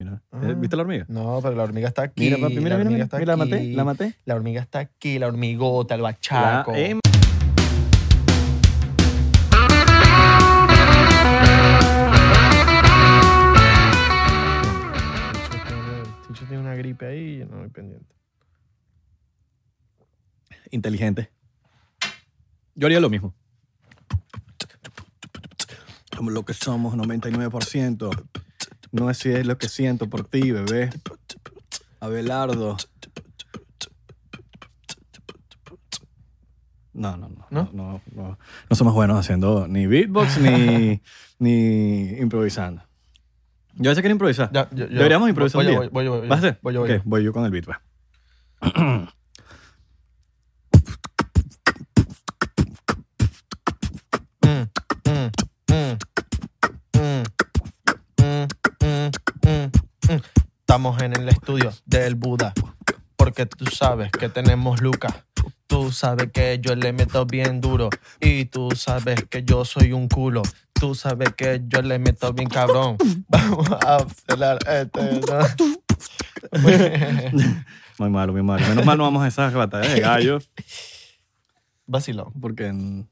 hormiga. Eh, ¿Viste la hormiga? No, pero la hormiga está aquí. Mira, papi, mira, la mira, hormiga mira, está mira, la aquí. maté, la maté. La hormiga está aquí, la hormigota, el La bachaco. em- Ticho tiene una gripe ahí y yo no voy pendiente. inteligente. Yo haría lo mismo. Somos lo que somos, 99%. No es si es lo que siento por ti, bebé. Abelardo. No, no, no. No, ¿No? no, no. No somos buenos haciendo ni beatbox ni, ni improvisando. Yo a veces quiero improvisar. Ya, yo- yo- Deberíamos improvisar voy, un yo, día. Voy, yo, voy, yo, ¿Vas a hacer? voy, yo, voy. Ok, yo. voy yo con el beat, pues. va. Mm, mm, mm, mm, mm, mm, mm, mm. Estamos en el estudio del Buda, porque tú sabes que tenemos Lucas. Tú sabes que yo le meto bien duro y tú sabes que yo soy un culo. Tú sabes que yo le meto bien cabrón. Vamos a celar este. ¿no? Muy malo, muy malo. Menos mal no vamos a esas batallas de gallos. Vacilón. Porque mm,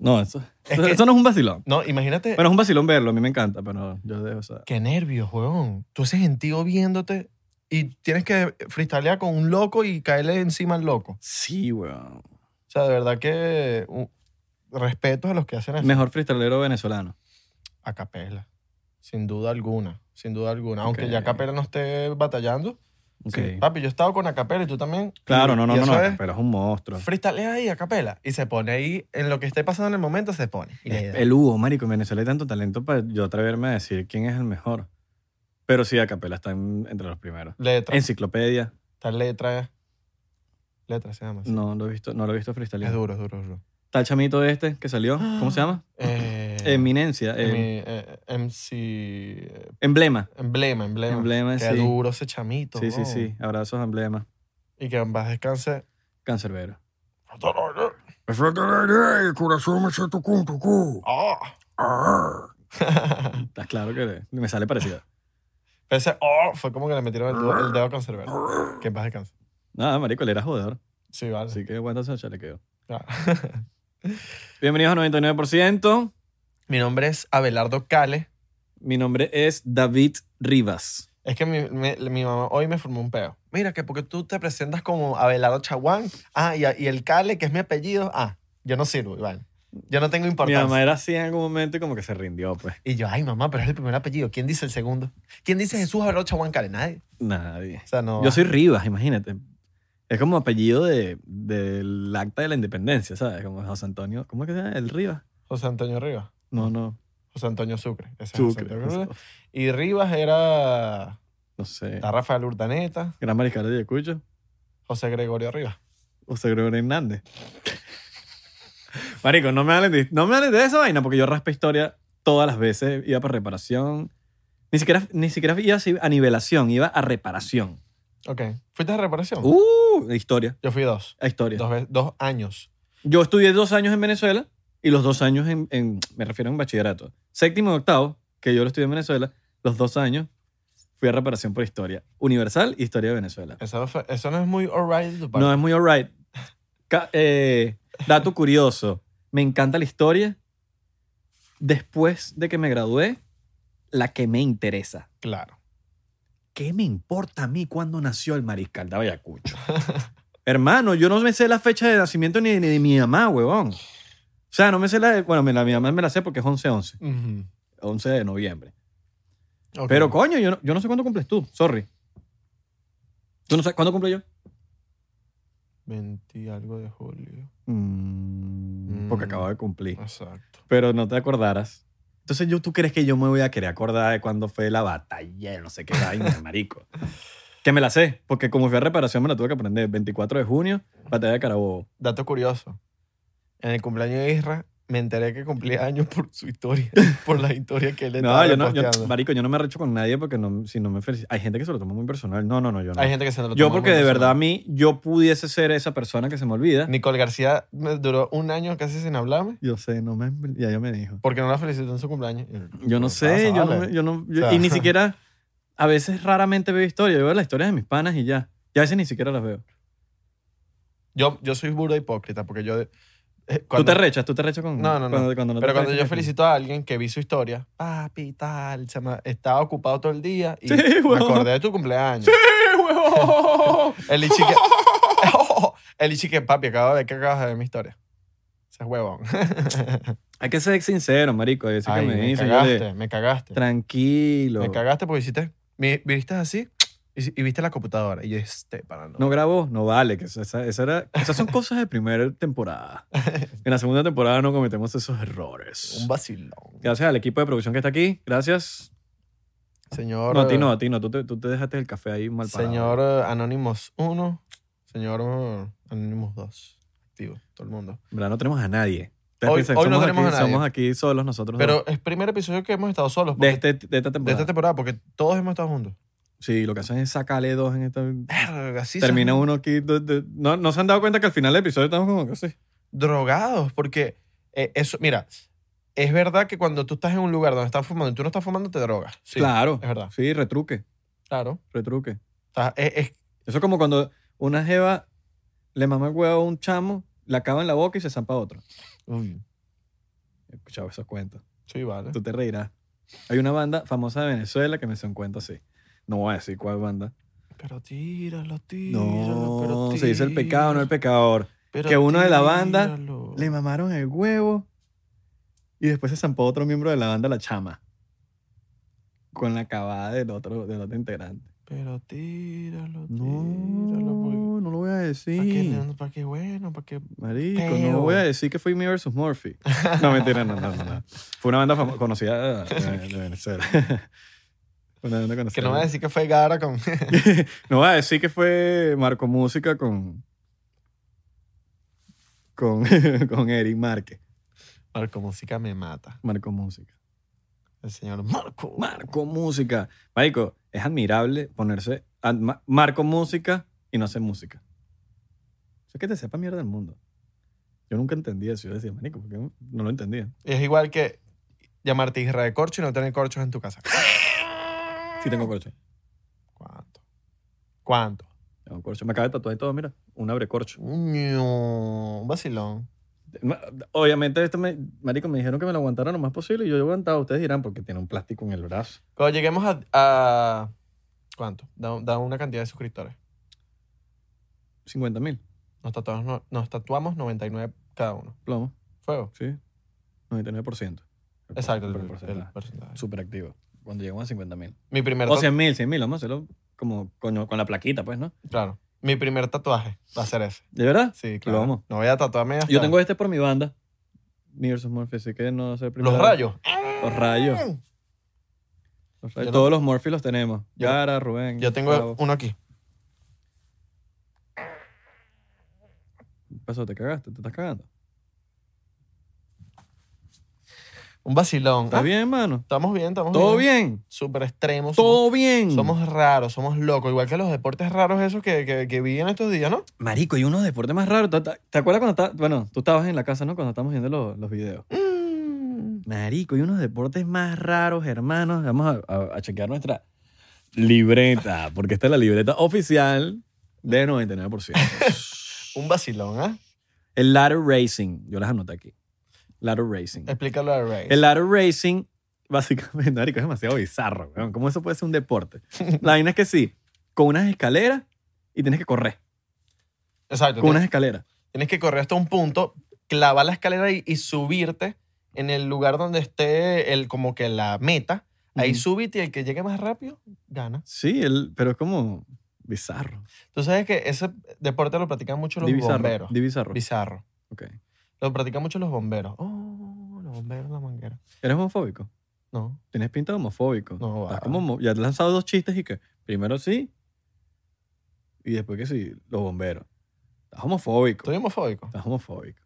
no, eso, Es eso, que- eso no es un vacilón. No, imagínate. Bueno, es un vacilón verlo, a mí me encanta, pero yo de- o sea, Qué nervios, weón. Tú ese gentío viéndote y tienes que freestylear con un loco y caerle encima al loco. Sí, weón. O sea, de verdad que uh, respeto a los que hacen eso. Mejor freestalero venezolano. A capela. Sin duda alguna. Sin duda alguna. Aunque Ok. ya Acapela no esté batallando. Ok. Sí. Papi, yo he estado con Acapela y tú también. Claro, Y- no, no, y no, eso no, es, pero es un monstruo. Freestylea ahí Acapela. Y se pone ahí. En lo que esté pasando en el momento se pone. Y le da. El Hugo, marico, en Venezuela hay tanto talento para yo atreverme a decir quién es el mejor. Pero sí, Acapela está en- entre los primeros. letra. Enciclopedia, Está letra. Letra se llama. así. no lo he visto, no lo he visto Es freestyle. duro, es duro, es duro. Está el chamito este que salió, ¿cómo se llama? Eh, Eminencia, el Emi- eh, MC. eh, emblema. Emblema, emblema. Emblema, Qué sí. duro ese chamito. Sí, sí, weón. sí, abrazos a emblema. Y que en paz descanse. Cancerbero. Ah. Estás Ah, claro que le- me sale parecido. Pero Ese oh, fue como que le metieron el, dedo- el dedo a Cancerbero. Que en paz descanse. Nada, marico, él era jodedor. Sí, vale. Así que aguántate el quedó. Ah. Bienvenidos a 99%. Mi nombre es Abelardo Cale. Mi nombre es David Rivas. Es que mi, me- mi mamá hoy me formó un peo. Mira, que porque tú te presentas como Abelardo Chaguán. Ah, y, y el Cale, que es mi apellido. Ah, yo no sirvo, vale. Yo no tengo Mi importancia. mamá era así en algún momento y como que se rindió, pues. Y yo, ay, mamá, pero es el primer apellido. ¿Quién dice el segundo? ¿Quién dice Jesús Abelardo Chaguán Cale? Nadie. Nadie. O sea, no. Yo soy Rivas, imagínate. Es como apellido de- del acta de la independencia, ¿sabes? Como José Antonio. ¿Cómo es que se llama? El Rivas. José Antonio Rivas. No, no. José Antonio Sucre. Ese es Sucre. José Antonio Sucre. Y Rivas Ah. era No sé. está Rafael Urdaneta, Gran Mariscal de Ayacucho. José Gregorio Rivas. José Gregorio Hernández. Marico, no me hablen de, no me hablen de esa vaina porque yo raspa historia todas las veces. Iba para reparación. Ni siquiera, ni siquiera iba así a nivelación, iba a reparación. Ok. ¿Fuiste a reparación? ¡Uh! Historia. Yo fui dos. A historia. Dos, ve- dos años. Yo estudié dos años en Venezuela y los dos años en, en- me refiero en bachillerato. Séptimo y octavo, que yo lo estudié en Venezuela, los dos años fui a reparación por historia. Universal, historia de Venezuela. Eso, fue- eso no es muy alright de tu parte. No, es muy alright. Ca- eh, dato curioso. Me encanta la historia. Después de que me gradué, la que me interesa. Claro. ¿Qué me importa a mí cuándo nació el mariscal de Ayacucho? Hermano, yo no me sé la fecha de nacimiento ni, ni de mi mamá, huevón. O sea, no me sé la de... Bueno, me la- mi mamá me la sé porque es 11-11. Ujú. 11 de noviembre. Ok. Pero coño, yo no, yo no sé cuándo cumples tú. Sorry. ¿Tú no sabes cuándo cumple yo? 20 algo de julio. Mm, porque Mm. acabo de cumplir. Exacto. pero no te acordaras. Entonces, yo, ¿tú crees que yo me voy a querer acordar de cuándo fue la batalla? de No sé qué vaina, marico. Que me la sé, porque como fui a reparación me la tuve que aprender. 24 de junio, batalla de Carabobo. Dato curioso. En el cumpleaños de Isra me enteré que cumplía años por su historia, por la historia que él le No, estaba yo no, yo- reposteando. marico, yo no me arrecho con nadie porque no, si no me felicito. Hay gente que se lo toma muy personal. No, no, no, yo no. Hay gente que se lo toma yo muy porque de personal. verdad a mí, yo pudiese ser esa persona que se me olvida. Nicole García me duró un año casi sin hablarme Yo sé, no me, ya ella me dijo. porque no la felicitó en su cumpleaños. Yo no sé, yo no, me- yo no- yo- O sea. y ni siquiera a veces raramente veo historias. Yo veo las historias de mis panas y ya. Y a veces ni siquiera las veo. Yo, yo soy burda hipócrita porque yo. eh, Tú te cuando- rechas, tú te rechas con. No, no, no. cuando- cuando no te Pero cuando rechas yo con- felicito a alguien que vi su historia, papi, tal, se me- estaba ocupado todo el día y Sí, me huevón. acordé de tu cumpleaños. ¡Eh, huevón! El Ichi que, el Ichi que, papi, acabo de ver que acabas de ver mi historia. Ese es huevón. Hay que ser sincero, marico. Hay veces Ay, que me, me, dicen, yo cagaste, de, me cagaste. tranquilo. Me cagaste porque hiciste. mi- Viste así y, y viste la computadora. Y yo, este, para no. No grabó, no vale. Que esa, esa- esa era- esas son cosas de primera temporada. En la segunda temporada no cometemos esos errores. Un vacilón. Gracias al equipo de producción que está aquí. Gracias. Señor. No, a ti no, eh, a ti no. Tú te, tú te dejaste el café ahí mal parado. Señor eh, Anonymous 1. Señor eh, Anonymous 2. Activo, todo el mundo. En verdad, no tenemos a nadie. Ustedes Hoy- piensan, hoy no somos tenemos aquí, a nadie. Somos aquí solos nosotros dos. Pero es el primer episodio que hemos estado solos. de, porque- este, de esta de temporada. esta temporada, porque todos hemos estado juntos. Sí, lo que hacen es sacarle dos en esta... Verga, así Termina son uno aquí... de- de- no, no se han dado cuenta que al final del episodio estamos como que así. Drogados, porque eh, eso, mira, es verdad que cuando tú estás en un lugar donde estás fumando y tú no estás fumando, te drogas. Sí, claro. Es verdad. Sí, retruque, Claro. retruque. Estás- es- es- Eso es como cuando una jeva le mama el huevo a un chamo, le acaba en la boca y se zampa otro. uy, He escuchado esos cuentos. sí, vale. Tú te reirás. Hay una banda famosa de Venezuela que me hizo un cuento así. No voy a decir cuál banda. Pero tíralo, tíralo. pero No, tíralo, se dice el pecado, no el pecador. pero que uno de la banda tíralo. Le mamaron el huevo y después se zampó otro miembro de la banda, la chama. Con la cavada del otro, del otro integrante. Pero tíralo, tíralo. porque- No, no lo voy a ¿Para decir. qué, para qué bueno? ¿Para qué? Marico, Feo. no voy a decir que fue Me vs. Murphy. No, mentira, no, no, no. no. Fue una banda famo- conocida de, de Venezuela. Una banda conocida. Que no me voy a decir que fue Gara con. No voy a decir que fue Marco Música con. con, con Eric Márquez. Marco Música me mata. Marco Música. El señor Marco. Marco Música. Marico, es admirable ponerse a Ma- Marco Música y no hacer música. Eso es que te sepa mierda del mundo. Yo nunca entendí eso. Yo decía, Marico, ¿por qué no lo entendía? Es igual que llamarte Isra de corcho y no tener corchos en tu casa. Sí tengo corcho. ¿Cuánto? ¿Cuánto? Tengo corcho. Me acaba de tatuar y todo, mira. Un abre corcho. Uño, Un vacilón. Ma- Obviamente, esto me, marico, me dijeron que me lo aguantara lo más posible y yo he aguantado. Ustedes dirán, porque tiene un plástico en el brazo. Cuando lleguemos a. a- ¿Cuánto? Da, da una cantidad de suscriptores. 50 mil. Nos tatuamos, no- nos tatuamos 99 cada uno. Plomo, Fuego. sí. 99%. Exacto. El el- por- el porcentaje. porcentaje. Súper activo. Cuando llegamos a 50 mil. Mi primer O tatuaje. 100 mil, 100 mil. Vamos a hacerlo como con, con la plaquita, pues, ¿no? Claro. Mi primer tatuaje va a ser ese. ¿De verdad? Sí, claro. amo. No voy a tatuarme hasta Yo tengo este por mi banda. Mi versus Murphy, así que no sé. los rayos. Los rayos. Los rayos. Yo no- Todos los Murphy los tenemos. Yo- Yara, Rubén. Yo tengo Gustavo. uno aquí. ¿Qué pasó? ¿Te cagaste? ¿Te estás cagando? Un vacilón. ¿Estás Ah, bien, hermano? Estamos bien, estamos ¿Todo bien? Súper extremos. ¿Todo bien? Somos raros, somos locos. Igual que los deportes raros esos que, que, que vi en estos días, ¿no? Marico, y unos deportes más raros. ¿Te, te- te acuerdas cuando estabas... Bueno, tú estabas en la casa, ¿no? Cuando estábamos viendo los, los videos. Marico, y unos deportes más raros, hermanos. Vamos a, a- a chequear nuestra libreta, porque esta es la libreta oficial de 99%. Un vacilón, ¿ah? El ladder racing. Yo las anoté aquí. Ladder racing. Explícalo a Ray. El ladder racing, básicamente, marico, es demasiado bizarro. weón. ¿Cómo eso puede ser un deporte? La vaina es que sí, con unas escaleras y tienes que correr. Exacto. Con unas Tienes, escaleras. tienes que correr hasta un punto, clavar la escalera y, y subirte en el lugar donde esté el, como que la meta. Ahí Ujú. subite y el que llegue más rápido gana. Sí, el, pero es como bizarro. Tú sabes que ese deporte lo practican mucho los Di bizarro, bomberos. di bizarro. Bizarro. Ok. Lo practican mucho los bomberos. Oh, los bomberos, la manguera. ¿Eres homofóbico? No. Tienes pinta de homofóbico. No, Estás va. como homo- ya has lanzado dos chistes y que primero sí y después que sí, los bomberos. Estás homofóbico. Estoy homofóbico. Estás homofóbico.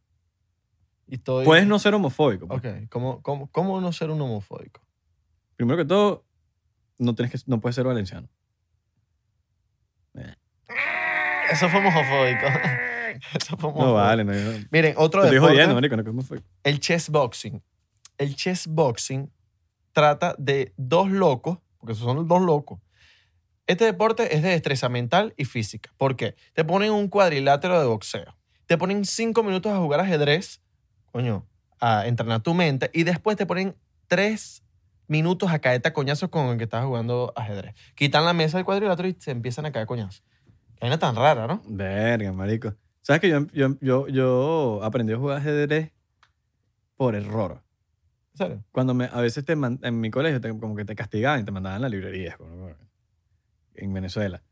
Y estoy... Puedes no ser homofóbico. pues. Ok, ¿Cómo, cómo, cómo no ser un homofóbico? Primero que todo, no, tienes que, no puedes ser valenciano. Eso fue homofóbico. Eso fue homofóbico. No vale, no. yo- Te Miren, otro estoy deporte, jodiendo, marico, no que es homofóbico. el chess boxing. El chess boxing trata de dos locos, porque esos son dos locos, Este deporte es de destreza mental y física. ¿Por qué? Te ponen un cuadrilátero de boxeo. Te ponen cinco minutos a jugar ajedrez, coño, a entrenar tu mente. Y después te ponen tres minutos a caerte a coñazos con el que estás jugando ajedrez. Quitan la mesa del cuadrilátero y se empiezan a caer coñazos. Qué vaina tan rara, ¿no? Verga, marico. ¿Sabes que yo, yo, yo, yo aprendí a jugar ajedrez por error? ¿En serio? Cuando me, a veces te man- en mi colegio te- como que te castigaban y te mandaban a la librería como- en Venezuela.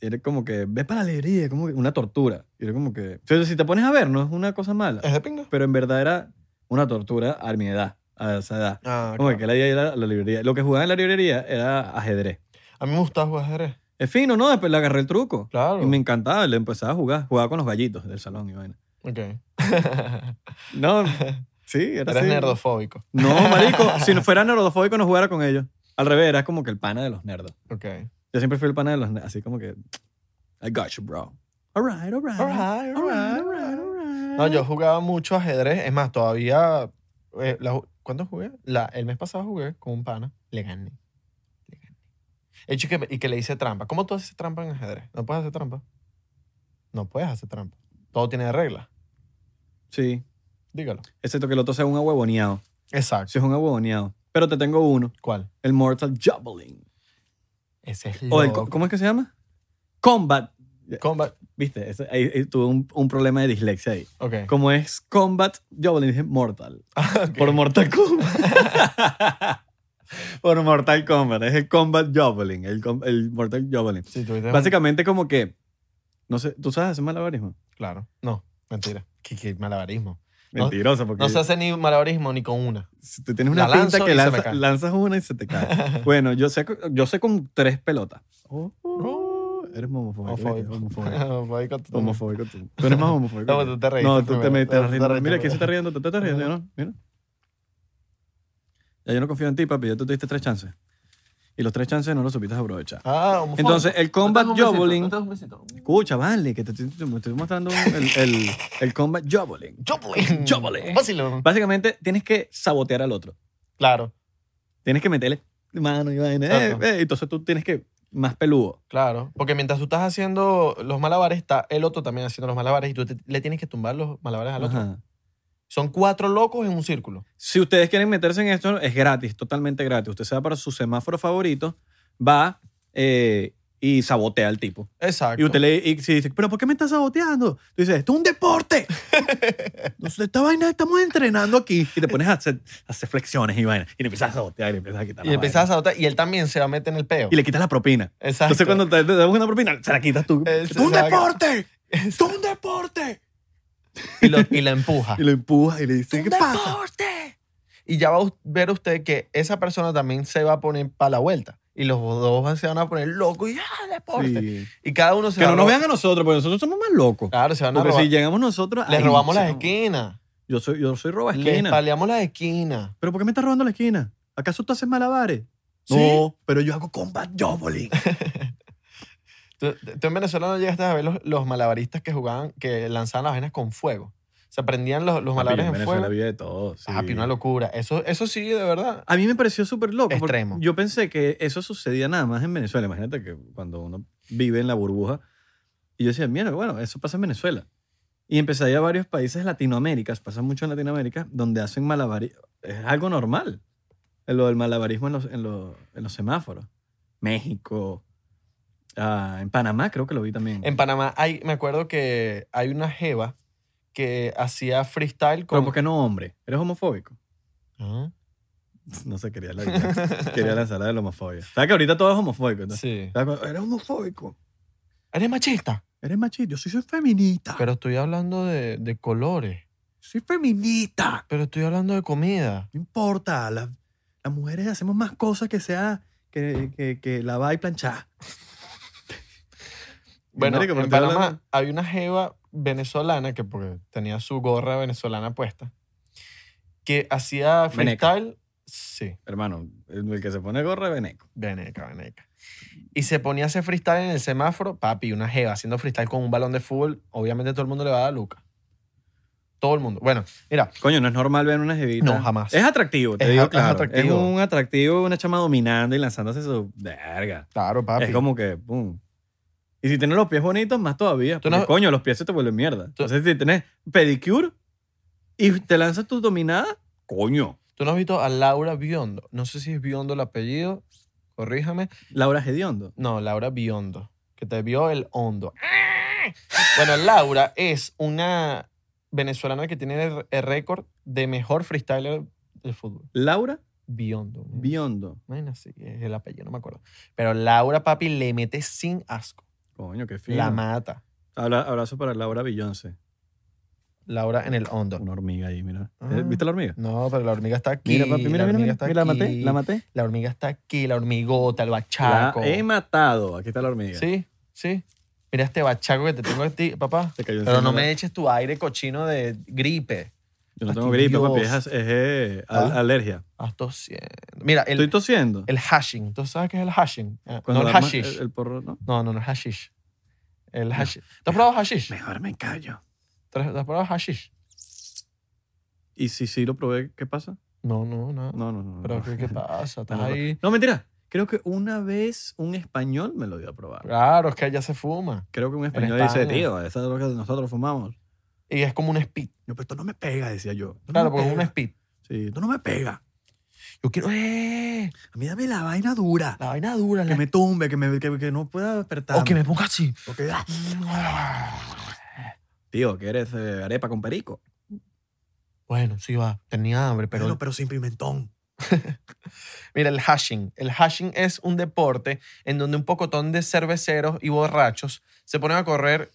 Y era como que, ves para la librería, como que una tortura. Y era como que... Pero si te pones a ver, no es una cosa mala. ¿Es de pinga? Pero en verdad era una tortura a mi edad, a esa edad. Ah, Como claro. que la idea era la librería. Lo que jugaba en la librería era ajedrez. A mí me gustaba jugar ajedrez. Es fino, ¿no? Después le agarré el truco. Claro. Y me encantaba, le empezaba a jugar. Jugaba con los gallitos del salón y vaina. Ok. No, sí, era Eres así. nerdofóbico. No, marico, si no fuera nerdofóbico no jugara con ellos. Al revés, era como que el pana de los nerdos. Ok. Yo siempre fui el pana de los nerdos, así como que I got you, bro. All right, all right. All right, all right, all right. right. No, yo jugaba mucho ajedrez. Es más, todavía. eh, la ju- ¿Cuándo jugué? La, el mes pasado jugué con un pana. Le gané. Le gané. Hecho que, me- y que le hice trampa. ¿Cómo tú haces trampa en ajedrez? ¿No puedes hacer trampa? No puedes hacer trampa. Todo tiene reglas. Sí, Dígalo. excepto que el otro sea un ahuevoneado. Exacto. Si es un ahuevoneado. Pero te tengo uno, ¿Cuál? el Mortal Javelin. Ese es O el, loco. ¿Cómo es que se llama? Combat. Combat. Viste, ese- ahí, ahí tuve un, un problema de dislexia ahí. Ok. Como es Combat Javelin, dije Mortal. Ok. Por Mortal Kombat. Por Mortal Kombat. Es el Combat Javelin. El, com- el Mortal Javelin. Sí, tuviste un- Básicamente como que... No sé, ¿tú sabes hacer malabarismo? Claro. No, mentira. Qué, qué malabarismo. No- Mentirosa, porque No se hace ni malabarismo ni con una. si tú tienes una La lanzo pinta que y se me lanza- cae. lanzas una y se te cae. bueno, yo sé, yo sé con tres pelotas. Eres homofóbico. Oh. Homofóbico. ¿viste? Homofóbico. Homofóbico Homofóbico. tú también. tú. Tú eres más homofóbico. No, que yo. tú te reíste No, tú te, primero. me, te Tú te rindo. reíste Mira, ¿quién se está primero. riendo? Tú te estás riendo, ¿no? Mira. Ya yo no confío en ti, papi. Ya tú te diste tres chances. Y los tres chances no los supiste aprovechar. Ah, homofóbico. Entonces, el Combat Javelin... Javelin. Escucha, vale, que te estoy, te estoy mostrando el, el, el Combat Javelin. Joplin. Joplin. Un vacilón. Básicamente, tienes que sabotear al otro. Claro, Tienes que meterle mano y vaina. eh, Exacto. eh, entonces tú tienes que... Más peludo. claro. Porque mientras tú estás haciendo los malabares, está el otro también haciendo los malabares y tú te- le tienes que tumbar los malabares al otro. Ajá. Son cuatro locos en un círculo. Si ustedes quieren meterse en esto, es gratis, totalmente gratis. Usted se va para su semáforo favorito, va eh, y sabotea al tipo. Exacto. Y usted le y si dice, ¿pero por qué me estás saboteando? Tú dices, esto es un deporte. Nos- Esta vaina estamos entrenando aquí. Y te pones a hacer, a hacer flexiones y vaina. Y le empiezas a sabotear y le empiezas a quitar Y la empiezas a vaina. sabotear y él también se va a meter en el peo. Y le quitas la propina. Exacto. Entonces cuando te, te das una propina, se la quitas tú. Es- ¡Esto es un exacto. deporte! ¡Esto Exacto. es un deporte! Y, lo, y la empuja. Y lo empujas y le dices, ¿qué pasa? deporte! Y ya va a us- ver usted que esa persona también se va a poner para la vuelta. Y los dos se van a poner locos y ¡ah, deporte! Sí. Y cada uno se Que va no a nos robar- vean a nosotros, porque nosotros somos más locos. Claro, se van a Porque robar. si llegamos nosotros. Les ay, robamos las chamo, esquinas. Yo soy, yo soy roba Les esquina. paleamos las esquinas. ¿Pero por qué me estás robando la esquina? ¿Acaso tú haces malabares? ¿Sí? No, pero yo hago combat javelin. Tú, tú en Venezuela no llegaste a ver los, los malabaristas que jugaban, que lanzaban las vainas con fuego. Se prendían los, los malabares en fuego. vida de todo. sí. Papi, una locura. Eso, eso sí, de verdad. A mí me pareció súper loco. porque Extremo. Yo pensé que eso sucedía nada más en Venezuela. Imagínate que cuando uno vive en la burbuja. Y yo decía, mira, bueno, eso pasa en Venezuela. Y empecé a ir a varios países de Latinoamérica, pasa mucho en Latinoamérica, donde hacen malabarismo. Es algo normal. eh, Lo del malabarismo en los, en los, en los semáforos. México. ah, en Panamá creo que lo vi también. En Panamá hay, me acuerdo que hay una jeva que hacía freestyle Pero con. ¿por qué no hombre? ¿Eres homofóbico? Ah, No sé, quería lanzar, quería lanzar la de la homofobia. ¿Sabes que ahorita todo es homofóbico? entonces? Sí. ¿Sabes cuando, Eres homofóbico. Eres machista. Eres machista. Yo soy, soy feminista. Pero estoy hablando de, de colores. soy feminista. Pero estoy hablando de comida. No importa. la- Las, mujeres hacemos más cosas que sea que, que, que lavar y planchar. Bueno, Marico, pero en te hablan- Panamá había una jeva venezolana que porque tenía su gorra venezolana puesta, que hacía Veneca. freestyle. Sí, Hermano, el el que se pone gorra es veneco. veneca, veneca. Y se ponía a hacer freestyle en el semáforo, papi, una jeva haciendo freestyle con un balón de fútbol, obviamente todo el mundo le va a dar luca. Todo el mundo. Bueno, mira, Coño, no es normal ver una jevita. No, jamás. Es atractivo, te Es a- digo es claro. Es, atractivo. un atractivo una chama dominando y lanzándose su verga. claro, papi. Es como que, pum. Y si tienes los pies bonitos, más todavía. Tú Porque, no- coño, los pies se te vuelven mierda. Entonces, si tienes pedicure y te lanzas tus dominadas, coño. Tú no has visto a Laura Biondo. No sé si es Biondo el apellido. Corríjame. Laura Gediondo. No, Laura Biondo. Que te vio el hondo. ¡Ah! Bueno, Laura es una venezolana que tiene el, el récord de mejor freestyler del fútbol. Laura Biondo. ¿no? Biondo. Bueno, sí, es el apellido, no me acuerdo. Pero Laura, papi, le mete sin asco. Coño, qué La fino. mata. Habla- abrazo para Laura Billonce. Laura en el hondo. Una hormiga ahí, mira. Ah. ¿Eh, ¿Viste la hormiga? No, pero la hormiga está aquí. Mira, papi, mira, la mira, hormiga mira. está Mira, la aquí. maté, la maté. La hormiga está aquí, la hormigota, el La bachaco. he matado. Aquí está la hormiga. Sí, sí. Mira este bachaco que te tengo a ti, papá. Se cayó Pero encima no la- me eches tu aire cochino de gripe. Yo no tengo gripe, Dios. papi. Es, as- es, eh, al- Ah. alergia. Haz tosiendo. Mira, Estoy el, tosiendo. el hashing. ¿Tú sabes qué es el hashing? Eh, Cuando no el la ma- hashish. El, el porro, ¿no? No, no, no el hashish. El hashish. ¿Tú has probado hashish? Mejor me callo. ¿Tú has tú has probado hashish? ¿Y si sí lo probé, qué pasa? No, no, no. No, no, no. no. Pero ¿qué, qué pasa? Estás No, no, ahí. No, mentira. Creo que una vez un español me lo dio a probar. Claro, es que allá se fuma. Creo que un En español dice, España. tío, esa es lo que nosotros fumamos. Y es como un speed. Yo, pero esto no me pega, decía yo. Esto no Claro, me porque es un pega. speed. Sí, esto no me pega. Yo quiero. ¡Eh! A mí dame la vaina dura. La vaina dura. Que La... me tumbe, que, me, que, que no pueda despertar. O que me ponga así. "Ah, Mm. Tío, que eres eh, arepa con perico. Bueno, sí va. Tenía hambre, pero. Bueno, pero sin pimentón. Mira, el hashing. El hashing es un deporte en donde un pocotón de cerveceros y borrachos se ponen a correr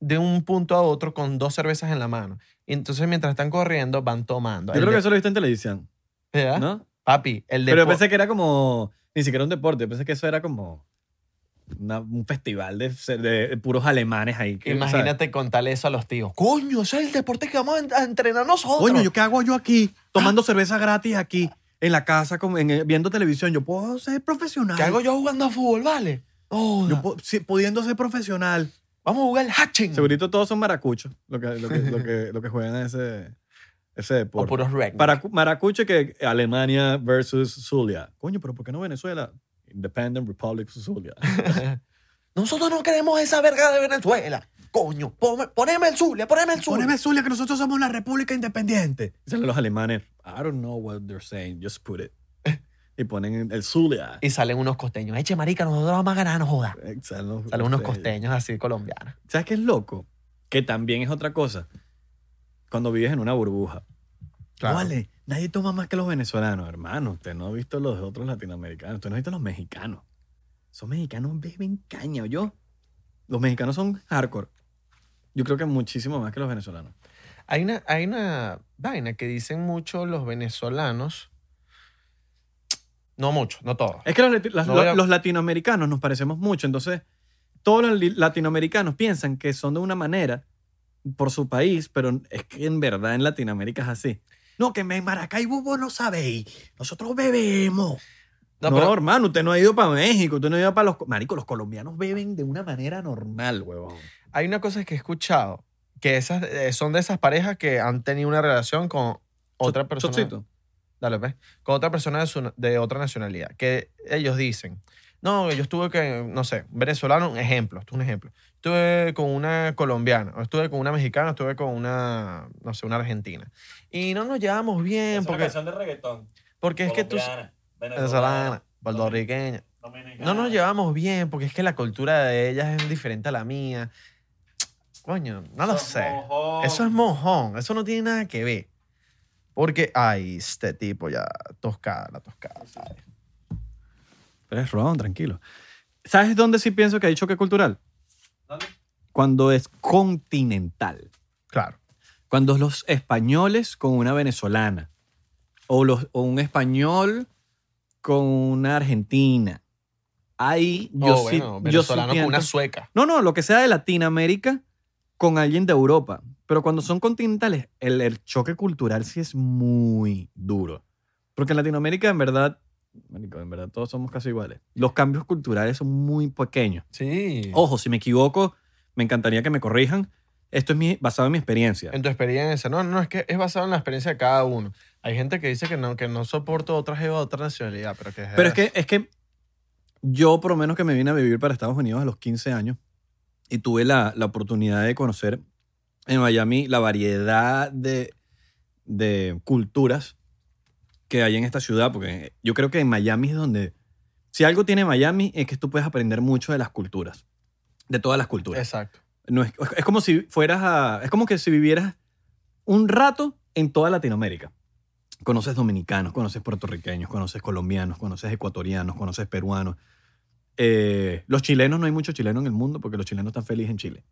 de un punto a otro con dos cervezas en la mano. Y entonces mientras están corriendo van tomando. Yo El creo que de- ¿Ah? eso lo viste en televisión, ¿verdad? ¿no? Papi, el Pero yo deporte. pensé que era como, ni siquiera un deporte, yo pensé que eso era como una- un festival de, de- de puros alemanes ahí. que, ¿sabes? Imagínate contarle eso a los tíos. Coño, ese es el deporte que vamos a en- a entrenar nosotros. Coño, ¿yo qué hago yo aquí Ah. tomando cerveza gratis aquí en la casa como en- eh, viendo televisión? Yo puedo ser profesional. ¿Qué hago yo jugando a fútbol, vale? No, Yo po- sí, pudiendo ser profesional. vamos a jugar el hashing. Segurito todos son maracuchos lo que, lo que, lo que, lo que juegan a ese, ese O deporte. puros rec. Para, maracucho que Alemania versus Zulia. Coño, pero ¿por qué no Venezuela? Independent Republic of Zulia. Nosotros no queremos esa verga de Venezuela. Coño, ponme- poneme el Zulia, poneme el Zulia. Poneme Zulia que nosotros somos la República Independiente. Dicen los alemanes, I don't know what they're saying, just put it. Y ponen el Zulia. Y salen unos costeños. Eche, marica, nosotros vamos a ganar, no joda. Eh, Salen, los- Salen unos eh, costeños así colombianos. ¿Sabes qué es loco? Que también es otra cosa. Cuando vives en una burbuja. Claro. Vale, nadie toma más que los venezolanos, hermano. Usted no ha visto los otros latinoamericanos. Usted no ha visto los mexicanos. Son mexicanos beben caña, yo. Los mexicanos son hardcore. Yo creo que muchísimo más que los venezolanos. Hay una, hay una vaina que dicen mucho los venezolanos. No mucho, no todos. Es que los, lati- las- No voy a- los latinoamericanos nos parecemos mucho, entonces todos los li- latinoamericanos piensan que son de una manera por su país, pero es que en verdad en Latinoamérica es así. No, que en Maracaibo vos no sabéis, nosotros bebemos. No, No, pero- hermano, usted no ha ido para México, usted no ha ido para los... co- Marico, los colombianos beben de una manera normal, huevón. Hay una cosa que he escuchado, que esas eh, son de esas parejas que han tenido una relación con otra Cho- persona. chocito. Dale, pues. Con otra persona de, su- de otra nacionalidad. Que ellos dicen, no, yo estuve que, no sé, venezolano, un ejemplo, esto es un ejemplo. Estuve con una colombiana, o estuve con una mexicana, estuve con una, no sé, una argentina. Y no nos llevamos bien, porque, de reggaetón. porque es que tú... Venezolana, puertorriqueña. No nos llevamos. llevamos bien, porque es que la cultura de ellas es diferente a la mía. Coño, no lo sé. Eso es mojón, eso no tiene nada que ver. Porque, ay, este tipo ya, toscada, la toscada. Pero es Pues, ron, tranquilo. ¿Sabes dónde sí pienso que hay choque cultural? ¿Dónde? Cuando es continental. Claro. cuando los españoles con una venezolana o, los, o un español con una argentina. Ahí yo Oh, sí, bueno, yo sí venezolano con pienso- una sueca. No, no, lo que sea de Latinoamérica con alguien de Europa. Pero cuando son continentales, el, el choque cultural sí es muy duro. Porque en Latinoamérica, en verdad, marico, en verdad todos somos casi iguales. Los cambios culturales son muy pequeños. Sí. Oh, Ojo, si me equivoco, me encantaría que me corrijan. Esto es mi, basado en mi experiencia. En tu experiencia. No, no, es que es basado en la experiencia de cada uno. Hay gente que dice que no, que no soporto otra jeva de otra nacionalidad, pero que Pero es que, es que yo, por lo menos que me vine a vivir para Estados Unidos a los 15 años y tuve la, la oportunidad de conocer en Miami la variedad de, de culturas que hay en esta ciudad, porque yo creo que en Miami es donde, si algo tiene Miami es que tú puedes aprender mucho de las culturas, de todas las culturas. Exacto. No es, es como si fueras a. Es como que si vivieras un rato en toda Latinoamérica. Conoces dominicanos, conoces puertorriqueños, conoces colombianos, conoces ecuatorianos, conoces peruanos. Eh, los chilenos, no hay muchos chilenos en el mundo porque los chilenos están felices en Chile.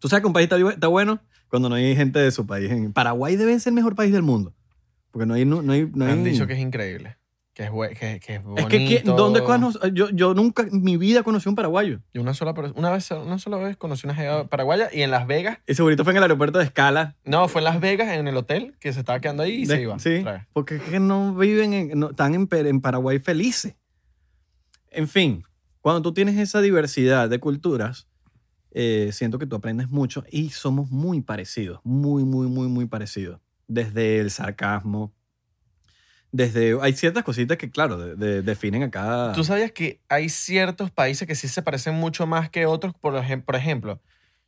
Tú sabes que un país está, bu- está bueno cuando no hay gente de su país. En Paraguay debe ser el mejor país del mundo. Porque no hay. No, no hay, no hay- Han dicho que es increíble. Que es, bue- que, que es bonito. Mm. Es que, ¿quién- ¿dónde conoces? Yo, yo nunca en mi vida conocí un paraguayo. Yo una sola, per- una vez, una sola vez conocí una jeva paraguaya y en Las Vegas. Y segurito fue en el aeropuerto de Escala. No, fue en Las Vegas, en el hotel, que se estaba quedando ahí y se De- iba. Sí, otra vez. porque es que no viven, en, no- están en, Per- en Paraguay felices. En fin, cuando tú tienes esa diversidad de culturas, eh, siento que tú aprendes mucho y somos muy parecidos, muy, muy, muy, muy parecidos. Desde el sarcasmo, desde... Hay ciertas cositas que, claro, de- de- definen a cada... Tú sabías que hay ciertos países que sí se parecen mucho más que otros. Por, ejem- por ejemplo,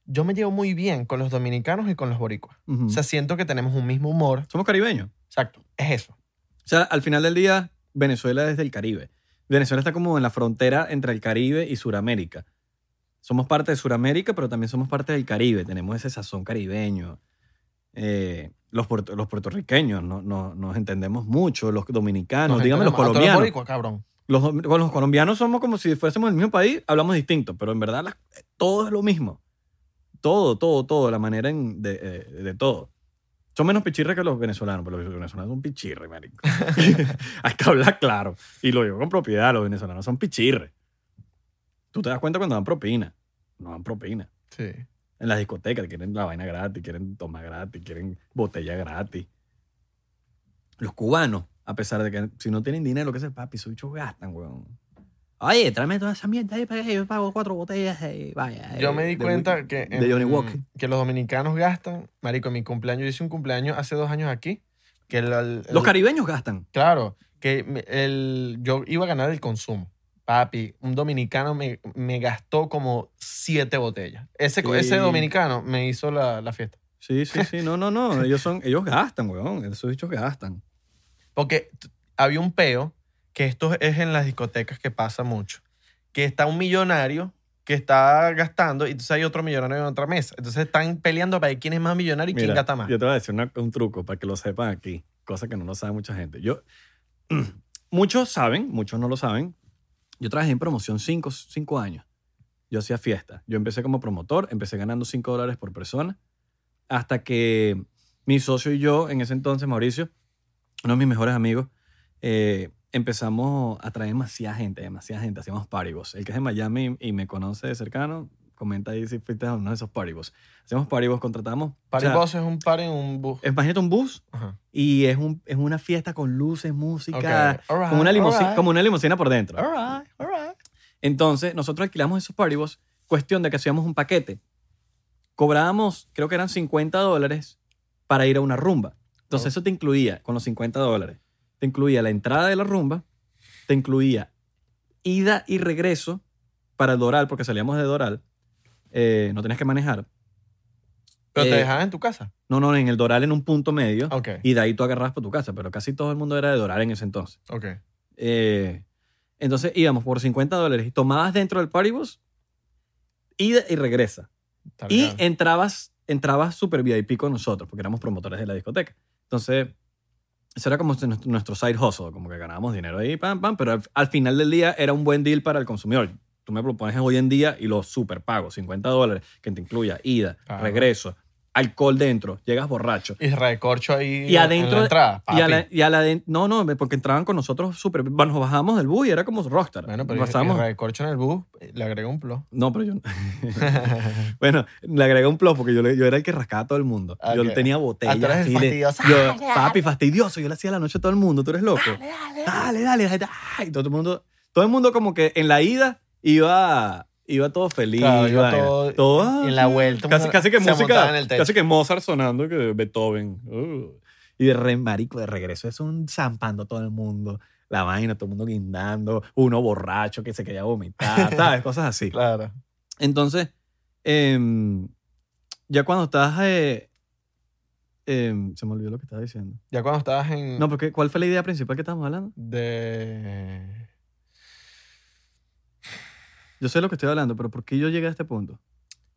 yo me llevo muy bien con los dominicanos y con los boricuas. Ujú. O sea, siento que tenemos un mismo humor. somos caribeños. Exacto, es eso. O sea, al final del día, Venezuela es del Caribe. Venezuela está como en la frontera entre el Caribe y Suramérica. Somos parte de Suramérica, pero también somos parte del Caribe. Tenemos ese sazón caribeño. Eh, los, puerto- los puertorriqueños no, no- nos entendemos mucho. Los dominicanos, Nos Ah, dígame los entendemos. A todos Los colombianos. boricuas, cabrón. Los, dom- con los colombianos somos como si fuésemos el mismo país, hablamos distinto, pero en verdad las- todo es lo mismo. Todo, todo, todo, la manera en- de, eh, de todo. Son menos pichirres que los venezolanos, pero los venezolanos son pichirres, marico. Hay que hablar claro. Y lo digo con propiedad, los venezolanos son pichirres. Tú te das cuenta cuando dan propina. No dan propina. Sí. En las discotecas quieren la vaina gratis, quieren toma gratis, quieren botella gratis. Los cubanos, a pesar de que si no tienen dinero, ¿qué es el papi? Esos bichos gastan, weón. Oye, tráeme toda esa mierda ahí para que yo pago cuatro botellas y vaya. Yo eh, me di de cuenta whisky, que, De Johnny en- mm, Walker. que los dominicanos gastan. Marico, en mi cumpleaños, yo hice un cumpleaños hace dos años aquí. Que el- el- Los el- caribeños gastan. Claro, que me- el, yo iba a ganar el consumo. Papi, un dominicano me, me gastó como siete botellas. Ese, co- ese Sí. dominicano me hizo la, la fiesta. Sí, sí, sí. No, no, no. Ellos, son, ellos gastan, weón. Esos bichos gastan. Porque t- había un peo, que esto es en las discotecas que pasa mucho, que está un millonario que está gastando y entonces hay otro millonario en otra mesa. Entonces están peleando para ver quién es más millonario y quién Mira, gasta más. Yo te voy a decir una- un truco para que lo sepan aquí, cosa que no lo sabe mucha gente. Yo, muchos saben, muchos no lo saben. Yo trabajé en promoción cinco, cinco años. Yo hacía fiesta. Yo empecé como promotor, empecé ganando 5 dólares por persona, hasta que mi socio y yo, en ese entonces, Mauricio, uno de mis mejores amigos, eh, empezamos a traer demasiada gente, demasiada gente. Hacíamos party bus. El que es de Miami y me conoce de cercano, comenta ahí si fuiste a uno de esos party bus. Hacíamos party bus, contratamos. Party o sea, bus es un par en un bus. Imagínate un bus Ajá. y es, un, es una fiesta con luces, música, Ok, alright, como, una limusina, alright, como una limusina por dentro. alright, alright. Entonces, nosotros alquilamos esos party bus, cuestión de que hacíamos un paquete. Cobrábamos, creo que eran 50 dólares para ir a una rumba. Entonces, Oh. eso te incluía, con los 50 dólares, te incluía la entrada de la rumba, te incluía ida y regreso para el Doral, porque salíamos de Doral, eh, no tenías que manejar. Pero te Eh, dejaban en tu casa. No, no, en el Doral, en un punto medio. Ok, Y de ahí tú agarrabas por tu casa, pero casi todo el mundo era de Doral en ese entonces. ok. Eh, entonces íbamos por 50 dólares y tomabas dentro del party bus ida y regresa. está Y legal. entrabas, entrabas super VIP con nosotros, porque éramos promotores de la discoteca. Entonces, eso era como nuestro- nuestro side hustle, como que ganábamos dinero ahí, pam, pam, pero al, al final del día era un buen deal para el consumidor. Tú me propones hoy en día y lo super pago, 50 dólares, que te incluya ida, Claro. regreso, alcohol dentro, llegas borracho. Y recorcho ahí Y en- en adentro- la entrada. Y a, la, papi. y a la de- No, no, porque entraban con nosotros súper. Bueno, nos bajábamos del bus y era como rockstar. Bueno, pero y- Pasábamos- y recorcho en el bus, le agrego un plo. No, pero yo. bueno, le agregué un plus porque yo, le- yo era el que rascaba a todo el mundo. Yo Ok. tenía botella. Ah, tú eres el así de- fastidioso. yo, papi, fastidioso. Yo le hacía la noche a todo el mundo. Tú eres loco. Dale, dale, dale. dale. Y todo el mundo. Todo el mundo, como que en la ida iba. iba todo feliz. Claro, iba vaina. todo- todo en la vuelta, Casi, casi que se montaba música. en el techo. casi que Mozart sonando que Beethoven. Uh. Y de re marico, de regreso es un zampando todo el mundo. La vaina, todo el mundo guindando. Uno borracho que se quería vomitar, ¿sabes? Cosas así. Claro. Entonces, em, ya cuando estás. eh, em, se me olvidó lo que estaba diciendo. Ya cuando estabas en. No, porque ¿cuál fue la idea principal que estábamos hablando? De. Yo sé lo que estoy hablando, pero ¿por qué yo llegué a este punto?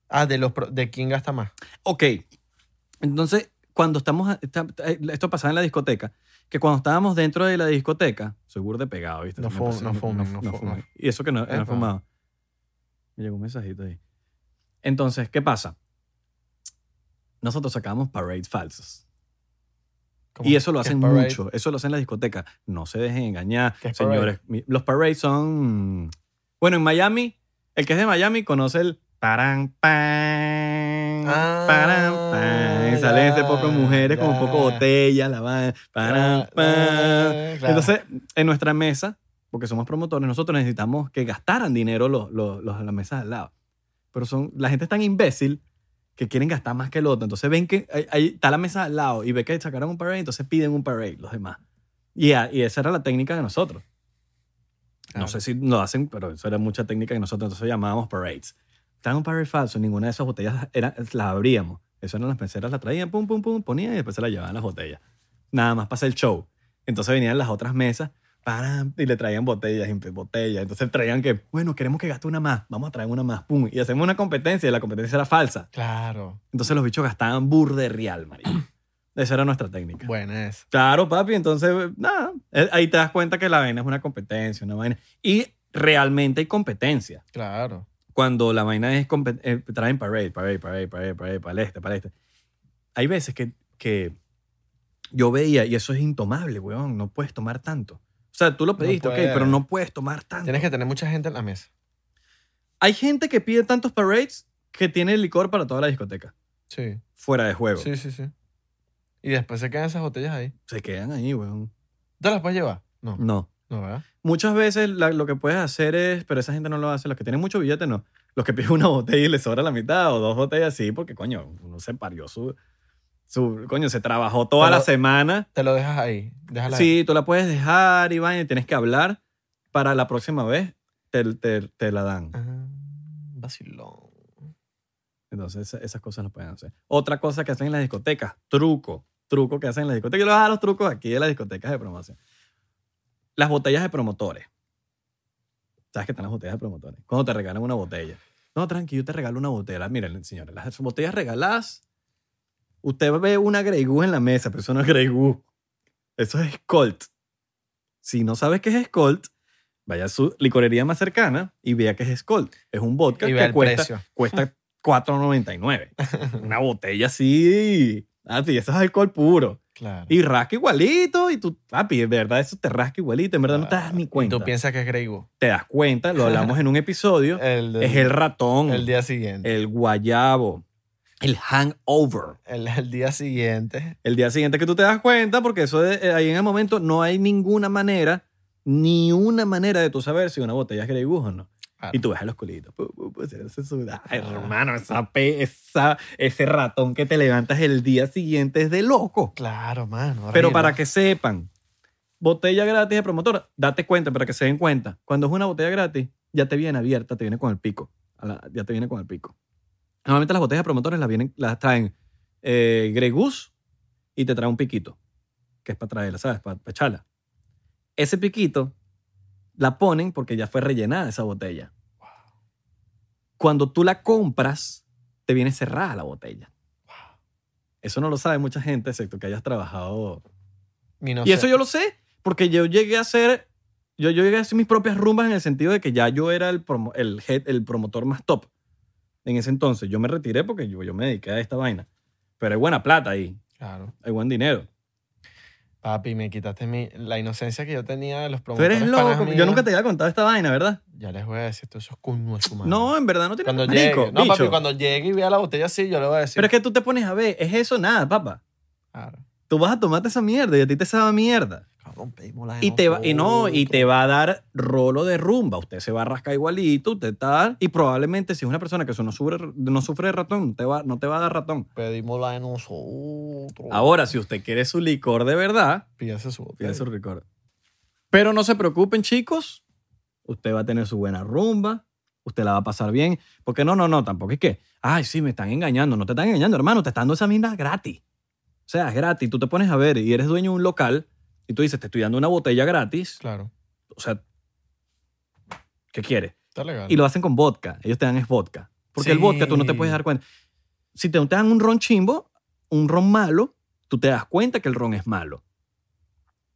Ah, de, los pro- de quién gasta más. Ok. Entonces, cuando estamos. a- está- eh, esto pasaba en la discoteca. Que cuando estábamos dentro de la discoteca, seguro de pegado, ¿viste? No Me fu- pasé- no fumen, no fu- fumé. no. Y eso que no, no he Epa. fumado. Me llegó un mensajito ahí. Entonces, ¿qué pasa? Nosotros sacábamos parades falsas. Como- Y eso lo ¿qué es hacen parade? mucho, eso lo hacen en la discoteca. No se dejen engañar, ¿Qué es parade? señores. Mi- Los parades son... Bueno, en Miami, el que es de Miami conoce el... Paran, pan, Ah, paran, pan. Y Salen ese poco de mujeres con un poco de ya. botella, la van, paran, Ah, pan. ah, claro. Entonces, en nuestra mesa, porque somos promotores, nosotros necesitamos que gastaran dinero los, los, los de las mesas al lado. Pero son, la gente es tan imbécil que quieren gastar más que el otro. Entonces ven que ahí- ahí está la mesa al lado y ve que sacaron un parade, entonces piden un parade los demás. Y, a- y esa era la técnica de nosotros. No Claro. sé si lo hacen, pero eso era mucha técnica que nosotros entonces llamábamos parades. Estaba un parade falso, ninguna de esas botellas era, las abríamos. Eso eran las penseras, las traían, pum, pum, pum, ponían y después se las llevaban las botellas. Nada más para hacer el show. Entonces venían las otras mesas param, y le traían botellas, y pues, botellas. Entonces traían que, bueno, queremos que gaste una más, vamos a traer una más, pum. Y hacemos una competencia y la competencia era falsa. Claro. Entonces los bichos gastaban burda de real, marico. Esa era nuestra técnica. Buena es. Claro, papi, entonces, nada. Eh, Ahí te das cuenta que la vaina es una competencia, una vaina. Y realmente hay competencia. Claro. Cuando la vaina es compe- eh, traen parade, parade, parade, parade, parade, para el este, para el este. Hay veces que, que yo veía, y eso es intomable, weón, no puedes tomar tanto. O sea, tú lo No pediste, ok, puedes. pero no puedes tomar tanto. Tienes que tener mucha gente en la mesa. Hay gente que pide tantos parades que tiene licor para toda la discoteca, Sí. fuera de juego. Sí, sí, sí. Y después se quedan esas botellas ahí. Se quedan ahí, weón. ¿Te las puedes llevar? No. No. No, ¿verdad? Muchas veces la- lo que puedes hacer es, pero esa gente no lo hace, los que tienen mucho billete no. Los que piden una botella y les sobra la mitad o dos botellas, sí, porque coño, uno se parió su, su coño, se trabajó toda Pero- la semana. Te lo dejas ahí. Déjala ahí. Sí, tú la puedes dejar, Iván, y tienes que hablar para la próxima vez te, te- te la dan. Ah, vacilón. Entonces esa- esas cosas las pueden hacer. Otra cosa que hacen en las discotecas, truco, truco que hacen en las discotecas. Yo les voy a dar los trucos aquí de las discotecas de promoción. Las botellas de promotores. ¿Sabes que están las botellas de promotores? Cuando te regalan una botella. No, tranqui, yo te regalo una botella. Miren, señores, las botellas regaladas, usted ve una Grey Goose en la mesa, pero eso no es Grey Goose. Eso es Colt. Si no sabes qué es Colt, vaya a su licorería más cercana y vea qué es Colt. Es un vodka Y ve que el cuesta precio. cuesta 4.99. Una botella así. Así, eso es alcohol puro. Claro. Y rasca igualito. Y tú, papi, de verdad, eso te rasca igualito. En verdad no te das ni Y cuenta. tú piensas que es Grey Goo. Te das cuenta, lo hablamos en un episodio. El, del- es el ratón, el el, día siguiente. guayabo, el hangover. El, el día siguiente. El día siguiente que tú te das cuenta, porque eso de- eh, ahí en el momento no hay ninguna manera, ni una manera de tú saber si una botella es Grey Goose o no. Claro. Y tú ves a los culitos. pu, pu, pu, se hace sudar. Ay, hermano, esa pe- esa- ese ratón que te levantas el día siguiente es de loco. Claro, mano. Pero horrible. para que sepan, botella gratis de promotor, date cuenta para que se den cuenta. Cuando es una botella gratis, ya te viene abierta, te viene con el pico. A la- ya te viene con el pico. Normalmente las botellas de promotores las, vienen, las traen eh, Grey Goose y te trae un piquito, que es para traerla, ¿sabes? Para, echarla. Ese piquito la ponen porque ya fue rellenada esa botella. Cuando tú la compras, te viene cerrada la botella. Eso no lo sabe mucha gente, excepto que hayas trabajado Mi no y eso sé. yo lo sé, porque yo llegué a hacer, yo, yo llegué a hacer mis propias rumbas en el sentido de que ya yo era el, promo- el, head- el promotor más top. En ese entonces yo me retiré porque yo, yo me dediqué a esta vaina. Pero hay buena plata ahí, Claro. hay buen dinero. Papi, me quitaste mi, la inocencia que yo tenía de los Tú promotores. eres loco, panas porque yo míos. nunca te había contado esta vaina, ¿verdad? Ya les voy a decir, todo eso es cuño a su madre. No, en verdad no tiene cuando marico, llegue. No, papi, bicho. cuando llegue y vea la botella así, yo le voy a decir. Pero es que tú te pones a ver, es eso nada, papá. Claro. Tú vas a tomarte esa mierda y a ti te sabe a mierda. Cabrón, pedimos la de Y, te va, y no, y te va a dar rolo de rumba. Usted se va a rascar igualito, usted tal. Y probablemente si es una persona que su- no sufre, no sufre de ratón, no te, va, no te va a dar ratón. Pedimos la de nosotros. Ahora, si usted quiere su licor de verdad, Pídase su pide botella. su licor. Pero no se preocupen, chicos. Usted va a tener su buena rumba. Usted la va a pasar bien. Porque no, no, no, tampoco es que, ay, sí, me están engañando. No te están engañando, hermano. Te están dando esa mina gratis. O sea, es gratis. Tú te pones a ver y eres dueño de un local y tú dices, te estoy dando una botella gratis. Claro. O sea, ¿qué quieres? Está legal. Y lo hacen con vodka. Ellos te dan es vodka. Porque el Sí. vodka tú no te puedes dar cuenta. Si te, te dan un ron chimbo, un ron malo, tú te das cuenta que el ron es malo.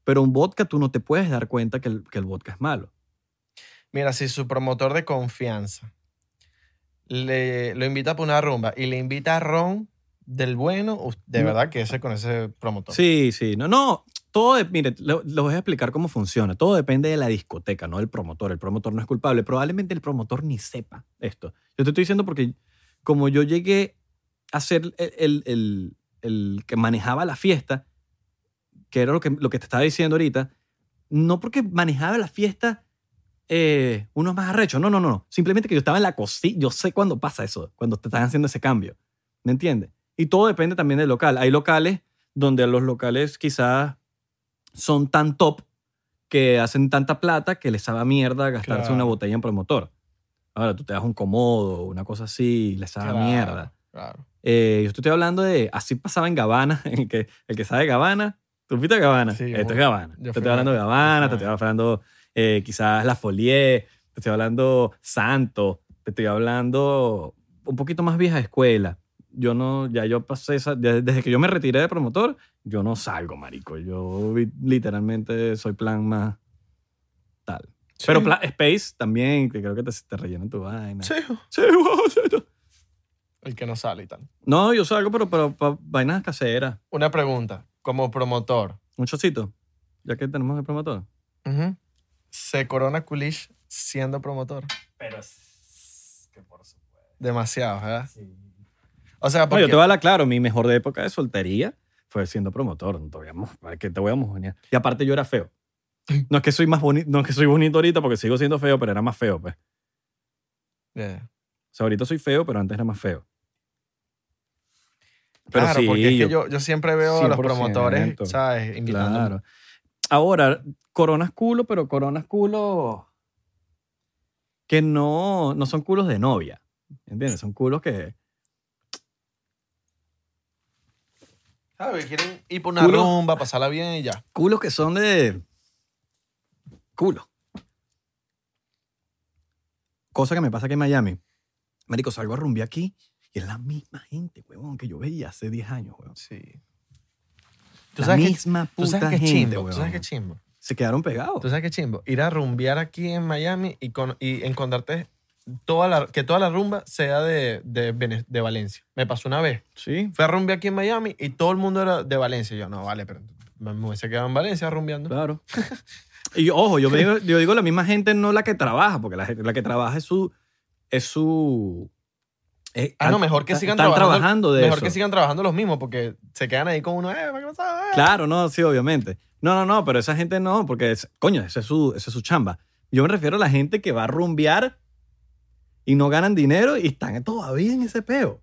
Pero un vodka tú no te puedes dar cuenta que el, que el vodka es malo. Mira, si su promotor de confianza le, lo invita para una rumba y le invita a Ron del bueno, us- de No. verdad que ese con ese promotor. Sí, sí. No, no. Todo, de- mire, lo- les voy a explicar cómo funciona. Todo depende de la discoteca, no del promotor. El promotor no es culpable. Probablemente el promotor ni sepa esto. Yo te estoy diciendo porque como yo llegué a ser el, el- el- el que manejaba la fiesta, que era lo que, lo que te estaba diciendo ahorita, no porque manejaba la fiesta eh, uno es más arrecho. No, no, no, no. Simplemente que yo estaba en la cocina. Yo sé cuándo pasa eso, cuando te están haciendo ese cambio. ¿Me entiendes? Y todo depende también del local. Hay locales donde los locales quizás son tan top que hacen tanta plata que les sabe a mierda gastarse Claro. una botella en promotor. Ahora tú te das un comodo, una cosa así, y les sabe a Claro, mierda. Claro. Eh, yo te estoy hablando de. Así pasaba en Gabana, en que el que sabe Gabana. ¿Tú fuiste a Gabana? Sí, Esto muy- es Gabana. yo Te fui estoy a- hablando de Gabana, yo te fui estoy a- hablando eh, quizás La Folie, te estoy hablando Santo, te estoy hablando un poquito más vieja escuela. Yo no, ya yo pasé esa, ya- desde que yo me retiré de promotor, yo no salgo, marico. Yo vi- literalmente soy plan más tal. Pero plan, Space también, que creo que te, te rellenan tu vaina. Sí. Sí, wow, El que no sale y tal. no, yo salgo, pero para vainas caseras. Una pregunta, como promotor, Un chocito. Ya que tenemos el promotor. Ujú. ¿se corona Kulish siendo promotor? Pero es que por supuesto. Demasiado, ¿verdad? O sea, No, Ah, porque yo te voy a hablar claro. Mi mejor época de soltería fue siendo promotor. No te voy a mo- ¿para qué te voy a mojonear? Y aparte yo era feo. No es que soy más bonito, no es que soy bonito ahorita porque sigo siendo feo, pero era más feo, pues. O Yeah. sea, ahorita soy feo, pero antes era más feo. Pero claro, sí, porque es que yo- yo, yo siempre veo a los 100%. promotores, ¿sabes? Invitando. Claro. Ahora, coronas culo, pero coronas culo que no, no son culos de novia. ¿Entiendes? Son culos que. ¿Sabes? Quieren ir por una Culo. rumba, pasarla bien y ya. Culos que son de. Culo. Cosa que me pasa aquí en Miami. Marico, salgo a rumbear aquí y es la misma gente, huevón, que yo veía hace 10 años, huevón. Sí. ¿Tú La sabes, que, misma tú puta sabes que es gente, chimbo? ¿Tú sabes huevón. que es chimbo? Se quedaron pegados. ¿Tú sabes qué chimbo? Ir a rumbear aquí en Miami y, con, y encontrarte toda la, que toda la rumba sea de, de, Vene- de Valencia. Me pasó una vez. Sí, Fui a rumbear aquí en Miami y todo el mundo era de Valencia. Y yo, no, vale, pero me me hubiese quedado en Valencia rumbeando. Claro. Y yo, ojo, yo, me digo, yo digo la misma gente, no la que trabaja, porque la, gente- la que trabaja es su. Es su eh, Ah, no, están- mejor que sigan están trabajando. trabajando de mejor eso. que sigan trabajando los mismos porque se quedan ahí con uno, eh, ¿para qué no sabes? Claro, no, sí, obviamente. No, no, no, pero esa gente no, porque, es- coño, esa es, su, esa es su chamba. Yo me refiero a la gente que va a rumbear y no ganan dinero y están todavía en ese peo.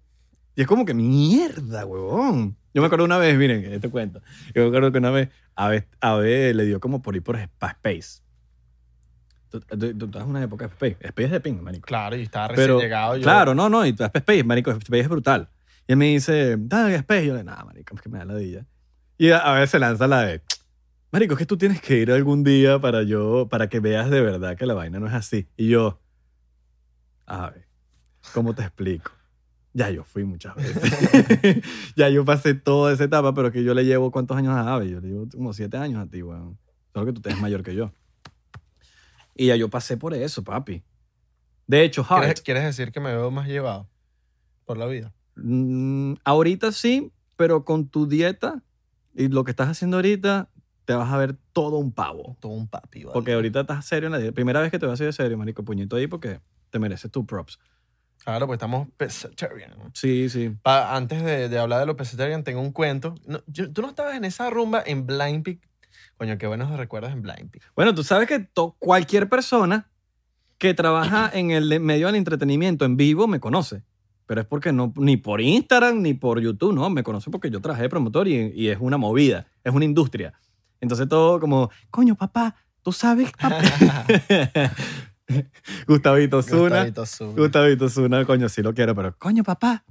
Y es como que mierda, huevón. Yo me acuerdo una vez, miren, este cuento. Yo me acuerdo que una vez a Ave, Ave le dio como por ir por Spa Space. Tú, tú, tú estás en una época de Space. Space es de ping, marico. Claro, y estaba recién Pero, llegado. Yo, Claro, no, no, y tú, Space Space, marico, Space es brutal. Y él me dice, dale Space. Yo le, nada, marico, es que me da la dilla. Y a, a veces se lanza la de, marico, es que tú tienes que ir algún día para yo, para que veas de verdad que la vaina no es así. Y yo, a ver, ¿cómo te explico? Ya yo fui muchas veces. ya yo pasé toda esa etapa, pero que yo le llevo cuántos años a Ave. Yo le llevo como siete años a ti, weón. Solo que tú te eres mayor que yo. Y ya yo pasé por eso, papi. De hecho, Hart. ¿Quieres, quieres decir que me veo más llevado por la vida? Mm, ahorita sí, pero con tu dieta y lo que estás haciendo ahorita, te vas a ver todo un pavo. Todo un papi, ¿vale? Porque ahorita estás serio en la dieta. Primera vez que te vas a ir de serio, marico, puñito ahí porque te mereces tus props. Claro, pues estamos pescatarian, ¿no? Sí, sí. Pa- antes de, de hablar de los pescatarian, tengo un cuento. No, yo- tú no estabas en esa rumba en Blind Peak Coño, qué buenos recuerdos en Blind Pig. Bueno, tú sabes que to- cualquier persona que trabaja en el de- medio del entretenimiento en vivo me conoce. Pero es porque no, ni por Instagram ni por YouTube, no, me conoce porque yo trabajé de promotor y, y es una movida, es una industria. Entonces todo como, coño, papá, tú sabes, papá. Gustavito Zuna. Gustavito Zuna. Gustavito Zuna, coño, sí lo quiero, pero coño, papá,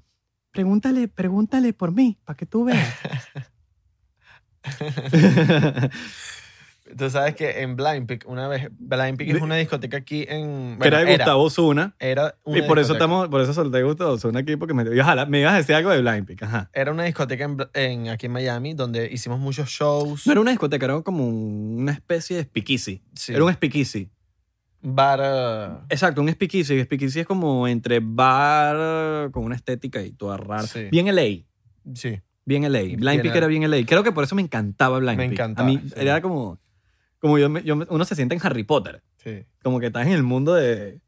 pregúntale, pregúntale por mí, para que tú veas. Tú sabes que en Blind Pig, una vez, Blind Pig es una discoteca aquí en... que bueno, era de Gustavo Zuna. Era una Y por eso discoteca. estamos, por eso solté gusto son aquí porque me, y ojalá, me ibas a decir algo de Blind Peak, ajá. Era una discoteca en, Bla- en- aquí en Miami donde hicimos muchos shows. No era una discoteca, era como un- una especie de speakeasy. Sí. Era un speakeasy. bar... eh, Exacto, un speakeasy. Speakeasy es como entre bar eh, con una estética y toda rara. Sí. Bien LA. sí. Bien LA. Blind Bien Peak LA. era bien LA. Creo que por eso me encantaba Blind Me Peak. encantaba, A mí sí. era como, como yo, me- yo me- uno se siente en Harry Potter. Sí. Como que estás en el mundo de...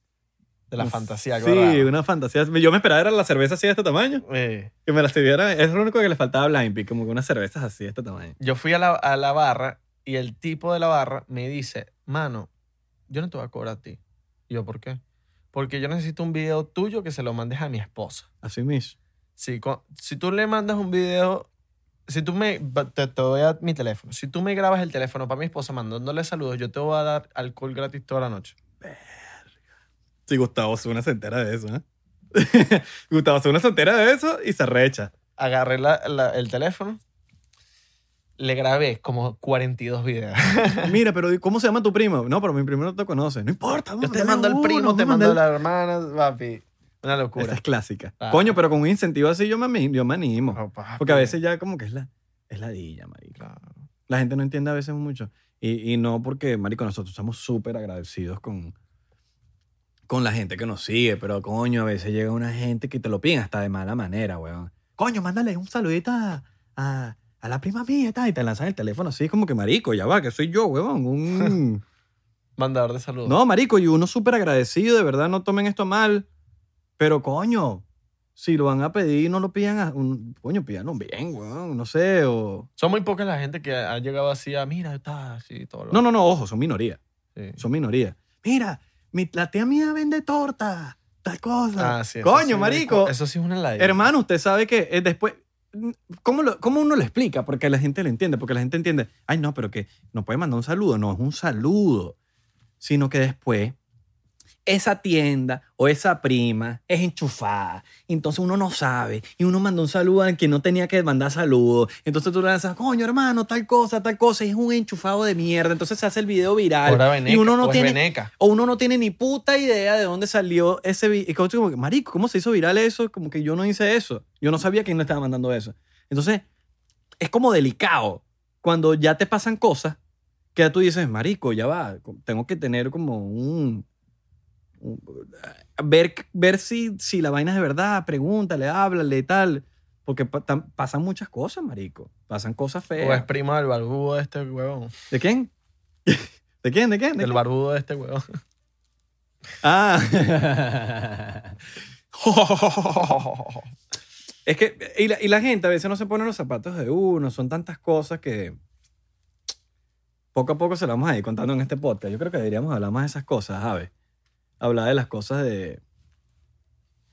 De la no fantasía. algo Sí, raro. una fantasía. Yo me esperaba era la cerveza así de este tamaño. Eh, Que me la sirvieran. Es lo único que le faltaba a Blind Peak, como que unas cervezas así de este tamaño. yo fui a la, a la barra y el tipo de la barra me dice, mano, yo no te voy a cobrar a ti. Y yo, ¿por qué? Porque yo necesito un video tuyo que se lo mandes a mi esposa. Así mismo. Si, co- si tú le mandas un video, si tú me, va- te, te doy a mi teléfono, si tú me grabas el teléfono para mi esposa mandándole saludos, yo te voy a dar alcohol gratis toda la noche. Si Gustavo Zuna se entera de eso, ¿eh? Gustavo Zuna se entera de eso y se recha. Agarré la- la- el teléfono, le grabé como 42 videos. Ah, Mira, pero ¿y ¿cómo se llama tu primo? No, pero mi primo no te conoce. No importa. vamos Yo a te mandarle mando al uno, primo, vamos te a mando a mandarle- la Ah. hermana, papi. Una Esa locura. es clásica. Claro. Coño, pero con un incentivo así yo me, ami- yo me animo. No, papi. Porque a veces ya como que es la, es la dilla, marico. Claro. La gente no entiende a veces mucho. Y, y no porque, marico, nosotros estamos súper agradecidos con, con la gente que nos sigue, pero coño, a veces llega una gente que te lo piden hasta de mala manera, weón. Coño, mándale un saludito a, a, a la prima mía y tal, y te lanzan el teléfono así, como que marico, ya va, que soy yo, weón. un- Mandador de saludos. No, marico, y uno súper agradecido, de verdad, no tomen esto mal, pero coño, si lo van a pedir, no lo pidan, a un... coño, pídanlo bien, weón, no sé, o... Son muy pocas la gente que ha ha llegado así a, mira, está así, todo lo No, no, no, ojo, son minoría. Sí. son minoría. Mira, mi, la tía mía vende torta, tal cosa. Ah, sí, eso Coño, sí, marico. Eso sí es una ladilla. Hermano, usted sabe que eh, después... ¿Cómo, lo- ¿Cómo uno lo explica? Porque la gente lo entiende, porque la gente entiende, ay no, pero que no puede mandar un saludo, no es un saludo, sino que después esa tienda o esa prima es enchufada, entonces uno no sabe y uno mandó un saludo al que no tenía que mandar saludo, entonces tú le lanzas, coño hermano, tal cosa, tal cosa, y es un enchufado de mierda, entonces se hace el video viral Ahora veneca, pues, y uno no o es tiene veneca. o uno no tiene ni puta idea de dónde salió ese video. Y como que, marico, ¿cómo se hizo viral eso? Como que yo no hice eso. Yo no sabía quién le estaba mandando eso. Entonces, es como delicado cuando ya te pasan cosas que ya tú dices, marico, ya va, tengo que tener como un... un- ver ver si, si la vaina es de verdad, pregúntale, háblale y tal. Porque pa- tan- pasan muchas cosas, marico. Pasan cosas O es feas. primo del barbudo de este huevón. ¿De quién? ¿De quién? ¿De quién? ¿De Del quién? barbudo de este huevón. Ah. es que, y la, y la gente a veces no se pone los zapatos de uno, son tantas cosas que poco a poco se las vamos a ir contando en este podcast. Yo creo que deberíamos hablar más de esas cosas, ¿sabes? Hablar de las cosas de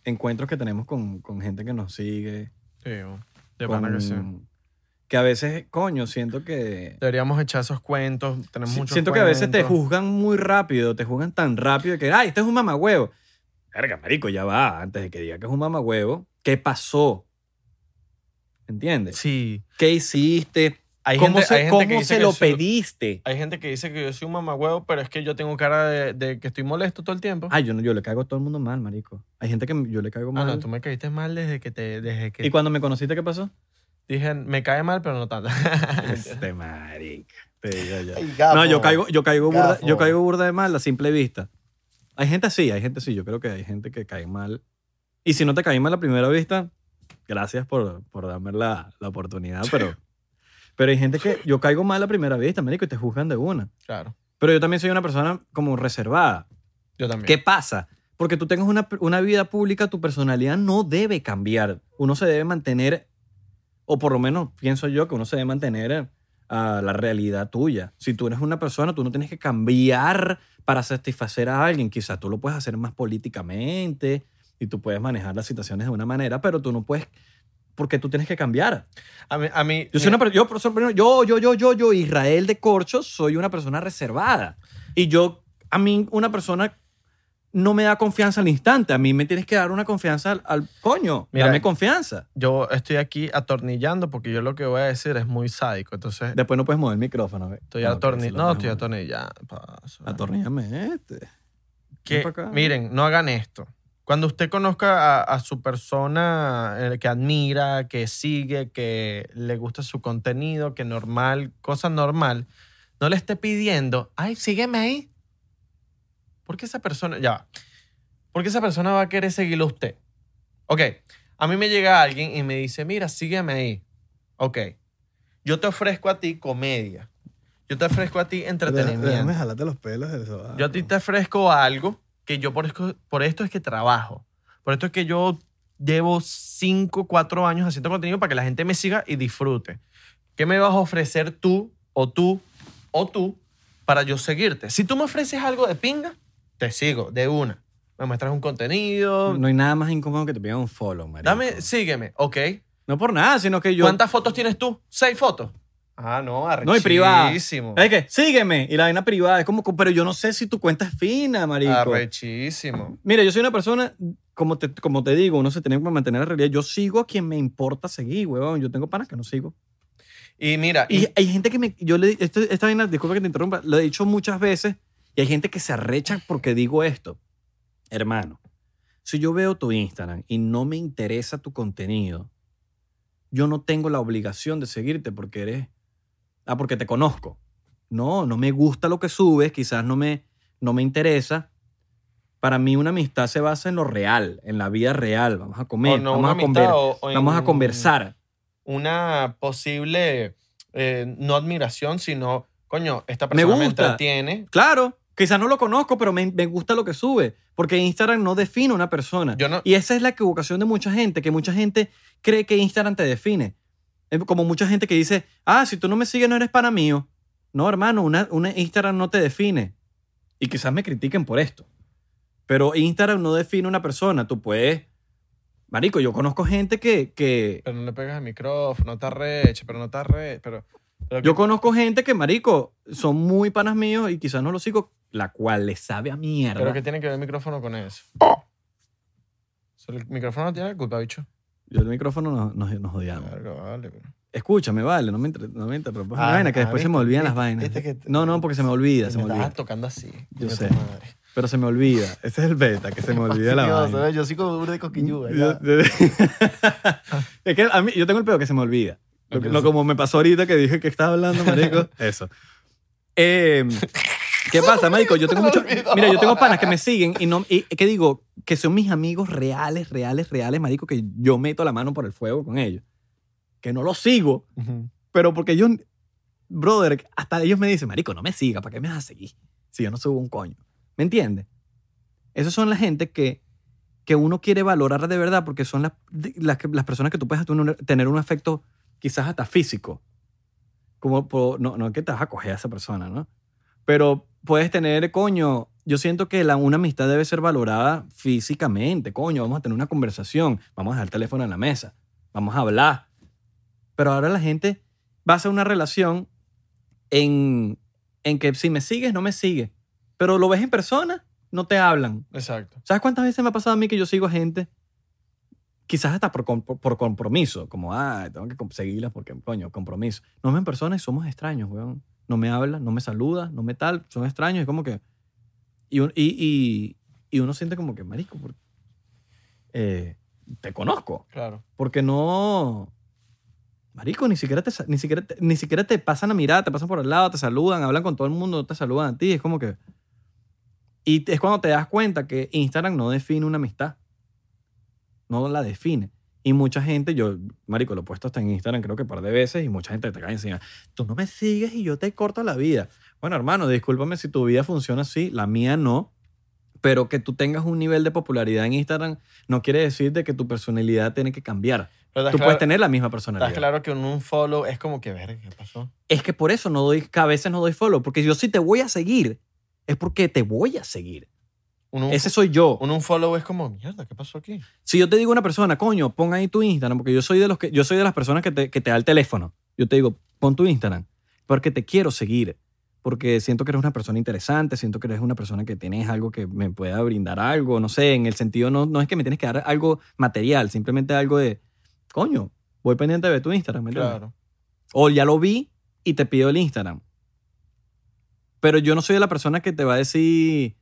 encuentros que tenemos con, con gente que nos sigue. Sí, huevón. de con- pana que sí. que a veces, coño, siento que... Deberíamos echar esos cuentos. Tenemos Si- muchos Siento que a veces te cuentos. juzgan muy rápido, te juzgan tan rápido que, ay, este es un mamagüevo. Verga, marico, ya va, antes de que diga que es un mamagüevo, ¿qué pasó? ¿Entiendes? Sí. ¿Qué hiciste? Hay ¿Cómo gente- se, hay gente que cómo dice se que lo yo soy- pediste? Hay gente que dice que yo soy un mamagüevo, pero es que yo tengo cara de, de que estoy molesto todo el tiempo. Ay, yo, no- yo le caigo a todo el mundo mal, marico. Hay gente que m- yo le caigo Ah, mal. no, tú me caíste mal desde que te. Desde que ¿Y cuando me conociste qué pasó? dije, me cae mal, pero no tanto. Este marico. te digo yo. Ay, gafo. No, yo caigo, yo caigo burda, Gafo. yo caigo burda de mal a simple vista. Hay gente así, hay gente así. Yo creo que hay gente que cae mal. Y si no te cae mal a primera vista, gracias por, por darme la, la oportunidad, pero, pero hay gente que yo caigo mal a primera vista, marico, y te juzgan de una. Claro. Pero yo también soy una persona como reservada. Yo también. ¿Qué pasa? Porque tú tengas una, una vida pública, tu personalidad no debe cambiar. Uno se debe mantener, o por lo menos pienso yo que uno se debe mantener a la realidad tuya. Si tú eres una persona, tú no tienes que cambiar para satisfacer a alguien. Quizás tú lo puedes hacer más políticamente y tú puedes manejar las situaciones de una manera, pero tú no puedes porque tú tienes que cambiar. A mí, a mí Yo soy mira, una per- yo, por ejemplo, yo, yo, yo, yo, yo, Israel de Corcho, soy una persona reservada. Y yo, a mí, una persona no me da confianza al instante. A mí me tienes que dar una confianza al, al coño. Mira. Dame confianza. yo estoy aquí atornillando porque yo lo que voy a decir es muy sádico. Entonces, Después no puedes mover el micrófono. ¿ve? estoy Claro, que atornillando. se lo No, puedes estoy mover. atornillando. Paso. Atorníllame este. Que, Ven pa' acá. miren, no hagan esto. Cuando usted conozca a, a su persona eh, que admira, que sigue, que le gusta su contenido, que normal, cosa normal, no le esté pidiendo, ay, sígueme ahí. Porque esa persona, ya va. Porque esa persona va a querer seguirlo a usted. Ok, a mí me llega alguien y me dice, mira, sígueme ahí. Ok, yo te ofrezco a ti comedia. Yo te ofrezco a ti entretenimiento. Déjame jalarte los pelos del sobaco. Yo a ti te ofrezco algo que yo por, esco- por esto es que trabajo. Por esto es que yo llevo 5, 4 años haciendo contenido para que la gente me siga y disfrute. ¿Qué me vas a ofrecer tú o tú o tú para yo seguirte? Si tú me ofreces algo de pinga, te sigo de una. Me muestras un contenido. No hay nada más incómodo que te pidan un follow, marico. Dame, sígueme, ok. No por nada, sino que yo... ¿Cuántas fotos tienes tú? ¿Seis fotos? Ah, no, No, y privada. arrechísimo. Es que, sígueme. Y la vaina privada es como, que, pero yo no sé si tu cuenta es fina, marico. Arrechísimo. Mira, yo soy una persona, como te, como te digo, uno se tiene que mantener la realidad. Yo sigo a quien me importa seguir, huevón. Yo tengo panas que no sigo. Y mira, Y hay gente que me... Yo le, esto- esta vaina, disculpa que te interrumpa, lo he dicho muchas veces y hay gente que se arrecha porque digo esto. Hermano, si yo veo tu Instagram y no me interesa tu contenido, yo no tengo la obligación de seguirte porque eres... Ah, porque te conozco. No, no me gusta lo que subes, quizás no me, no me interesa. Para mí una amistad se basa en lo real, en la vida real. Vamos a o comer, no, vamos, una a amistad, conver- o- o en- vamos a conversar. una posible, eh, no admiración, sino, coño, esta Me persona me, gusta. entretiene. Claro, quizás no lo conozco, pero me, me gusta lo que sube, porque Instagram no define a una persona. Yo no- Y esa es la equivocación de mucha gente, que mucha gente cree que Instagram te define. Es Como mucha gente que dice, ah, si tú no me sigues no eres pana mío. No, hermano, una, una Instagram no te define. Y quizás me critiquen por esto. Pero Instagram no define a una persona. Tú puedes... Marico, yo conozco gente que... que Pero no le pegas al micrófono, te arreche, pero no te arreche, pero... pero Yo que- conozco gente que, marico, son muy panas míos y quizás no lo sigo, la cual le sabe a mierda. pero que tiene que ver el micrófono con eso. O sea, El micrófono no tiene la culpa, bicho. Yo el micrófono nos, nos, nos odiamos. Verga, vale, bro. Escúchame, vale, no me, entre- no me interrumpas Ah, una vaina, que ah, después se viste, me olvidan las viste, vainas. viste que te- no, no, porque se me olvida, se me me olvida. estabas tocando así. Yo coño, sé. tu madre. Pero se me olvida. Ese es el beta, que se me olvida la Fastidioso, vaina. ¿eh? Yo soy como burda de coquilluda. Yo- es que a mí, yo tengo el pedo que se me olvida. Lo, que- Ok. lo como me pasó ahorita que dije que estaba hablando, marico. Eso. Eh, ¿Qué pasa, marico? Yo tengo Se me mucho... olvidó. Mira, yo tengo panas que me siguen y, no, y que digo que son mis amigos reales, reales, reales, marico, que yo meto la mano por el fuego con ellos. Que no los sigo Pero porque yo, brother, hasta ellos me dicen, marico, no me sigas, ¿para qué me vas a seguir? Si yo no subo un coño. ¿Me entiendes? Esas son la gente que, que uno quiere valorar de verdad porque son las, de- las, que- las personas que tú puedes tener un- tener un afecto quizás hasta físico. Como, por- no, no es que te vas a coger a esa persona, ¿no? Pero puedes tener, coño, yo siento que la, una amistad debe ser valorada físicamente, coño, vamos a tener una conversación, vamos a dejar el teléfono en la mesa, vamos a hablar. Pero ahora la gente basa una relación en, en que si me sigues, no me sigues. Pero lo ves en persona, no te hablan. Exacto. ¿Sabes cuántas veces me ha pasado a mí que yo sigo a gente? Quizás hasta por, com- por compromiso, como, ah, tengo que com- seguirlas porque, coño, compromiso. Nos ven en persona y somos extraños, weón. No me hablan, no me saludan, no me tal, son extraños. Es como que. Y, un- y, y- y uno siente como que, marico, por- eh, te conozco. Claro. Porque no. Marico, ni siquiera, te, sa- ni, siquiera te, ni siquiera te pasan a mirar, te pasan por el lado, te saludan, hablan con todo el mundo, no te saludan a ti. Es como que. Y es cuando te das cuenta que Instagram no define una amistad. No la define. Y mucha gente, yo, Marico, lo he puesto hasta en Instagram creo que un par de veces y mucha gente te cae encima. Tú no me sigues y yo te corto la vida. Bueno, hermano, discúlpame si tu vida funciona así, la mía no. Pero que tú tengas un nivel de popularidad en Instagram no quiere decir de que tu personalidad tiene que cambiar. Pero Tú estás puedes claro- tener la misma Estás personalidad. claro que un, un follow es como que, verga, ¿qué pasó? Es que por eso no doy, a veces no doy follow, porque yo si te voy a seguir, es porque te voy a seguir. Un, un, Ese soy yo. un, un follow es como, mierda, ¿qué pasó aquí? Si yo te digo a una persona, coño, pon ahí tu Instagram, porque yo soy de, los que, yo soy de las personas que te, que te da el teléfono. Yo te digo, pon tu Instagram, porque te quiero seguir, porque siento que eres una persona interesante, siento que eres una persona que tienes algo que me pueda brindar algo, no sé, en el sentido, no, no es que me tienes que dar algo material, simplemente algo de, coño, voy pendiente de ver tu Instagram, ¿me entiendes? Claro. O ya lo vi y te pido el Instagram. Pero yo no soy la persona que te va a decir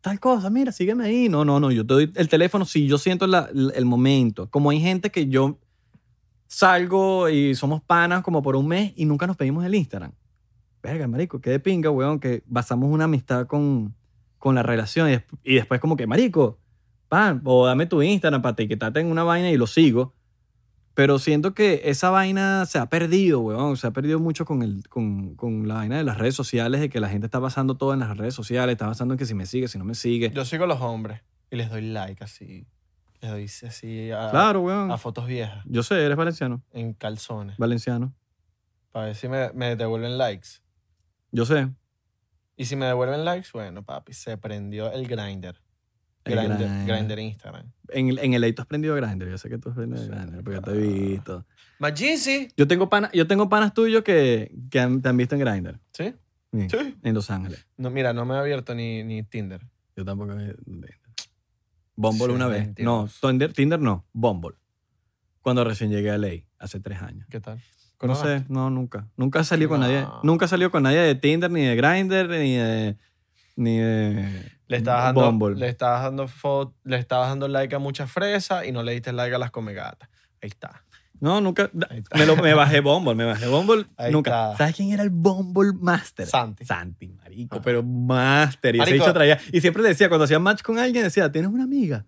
tal cosa, mira, sígueme ahí. No, no, no. Yo te doy el teléfono si yo siento la- l- el momento. Como hay gente que yo salgo y somos panas como por un mes y nunca nos pedimos el Instagram. Verga, marico, qué de pinga, weón, que basamos una amistad con, con la relación y, des- y después como que, marico, pan, o dame tu Instagram para etiquetarte en una vaina y lo sigo. Pero siento que esa vaina se ha perdido, weón. Se ha perdido mucho con, el, con, con la vaina de las redes sociales, de que la gente está basando todo en las redes sociales, está basando en que si me sigue, si no me sigue. Yo sigo a los hombres y les doy like así. Les doy así a, claro, weón. a fotos viejas Yo sé, eres valenciano. en calzones Valenciano. para ver si me, me devuelven likes. Yo sé. Y si me devuelven likes, bueno, papi, se prendió el grinder. El Grindr. Grinder, grinder Instagram. En, el- en el ley tú has prendido grande. Yo sé que tú has prendido grande, porque yo te he visto. Majinsi. Yo tengo, pana, yo tengo panas tuyos que, que han- te han visto en Grindr. ¿Sí? Sí, Sí. En Los Ángeles. No, mira, no me he abierto ni, ni Tinder. Yo tampoco. me- Bumble Sí, una vez. No, mentiroso. Tinder, Tinder no. Bumble. Cuando recién llegué a ley, hace tres años. ¿Qué tal? No sé, no, nunca. Nunca he salido con No. nadie. Nunca he salido con nadie de Tinder, ni de Grindr, ni de. Ni de. Le estabas dando, Bumble. le estabas dando fo- le estabas dando like a muchas fresas y no le diste like a las comegatas. Ahí está. No, nunca. Ahí está. Me, lo- me bajé Bumble, me bajé Bumble. Ahí nunca. está. ¿Sabes quién era el Bumble Master? Santi. Santi, marico, Ah. pero Master. Y ese Marico. bicho traía. Y siempre le decía, cuando hacía match con alguien, decía, ¿tienes una amiga?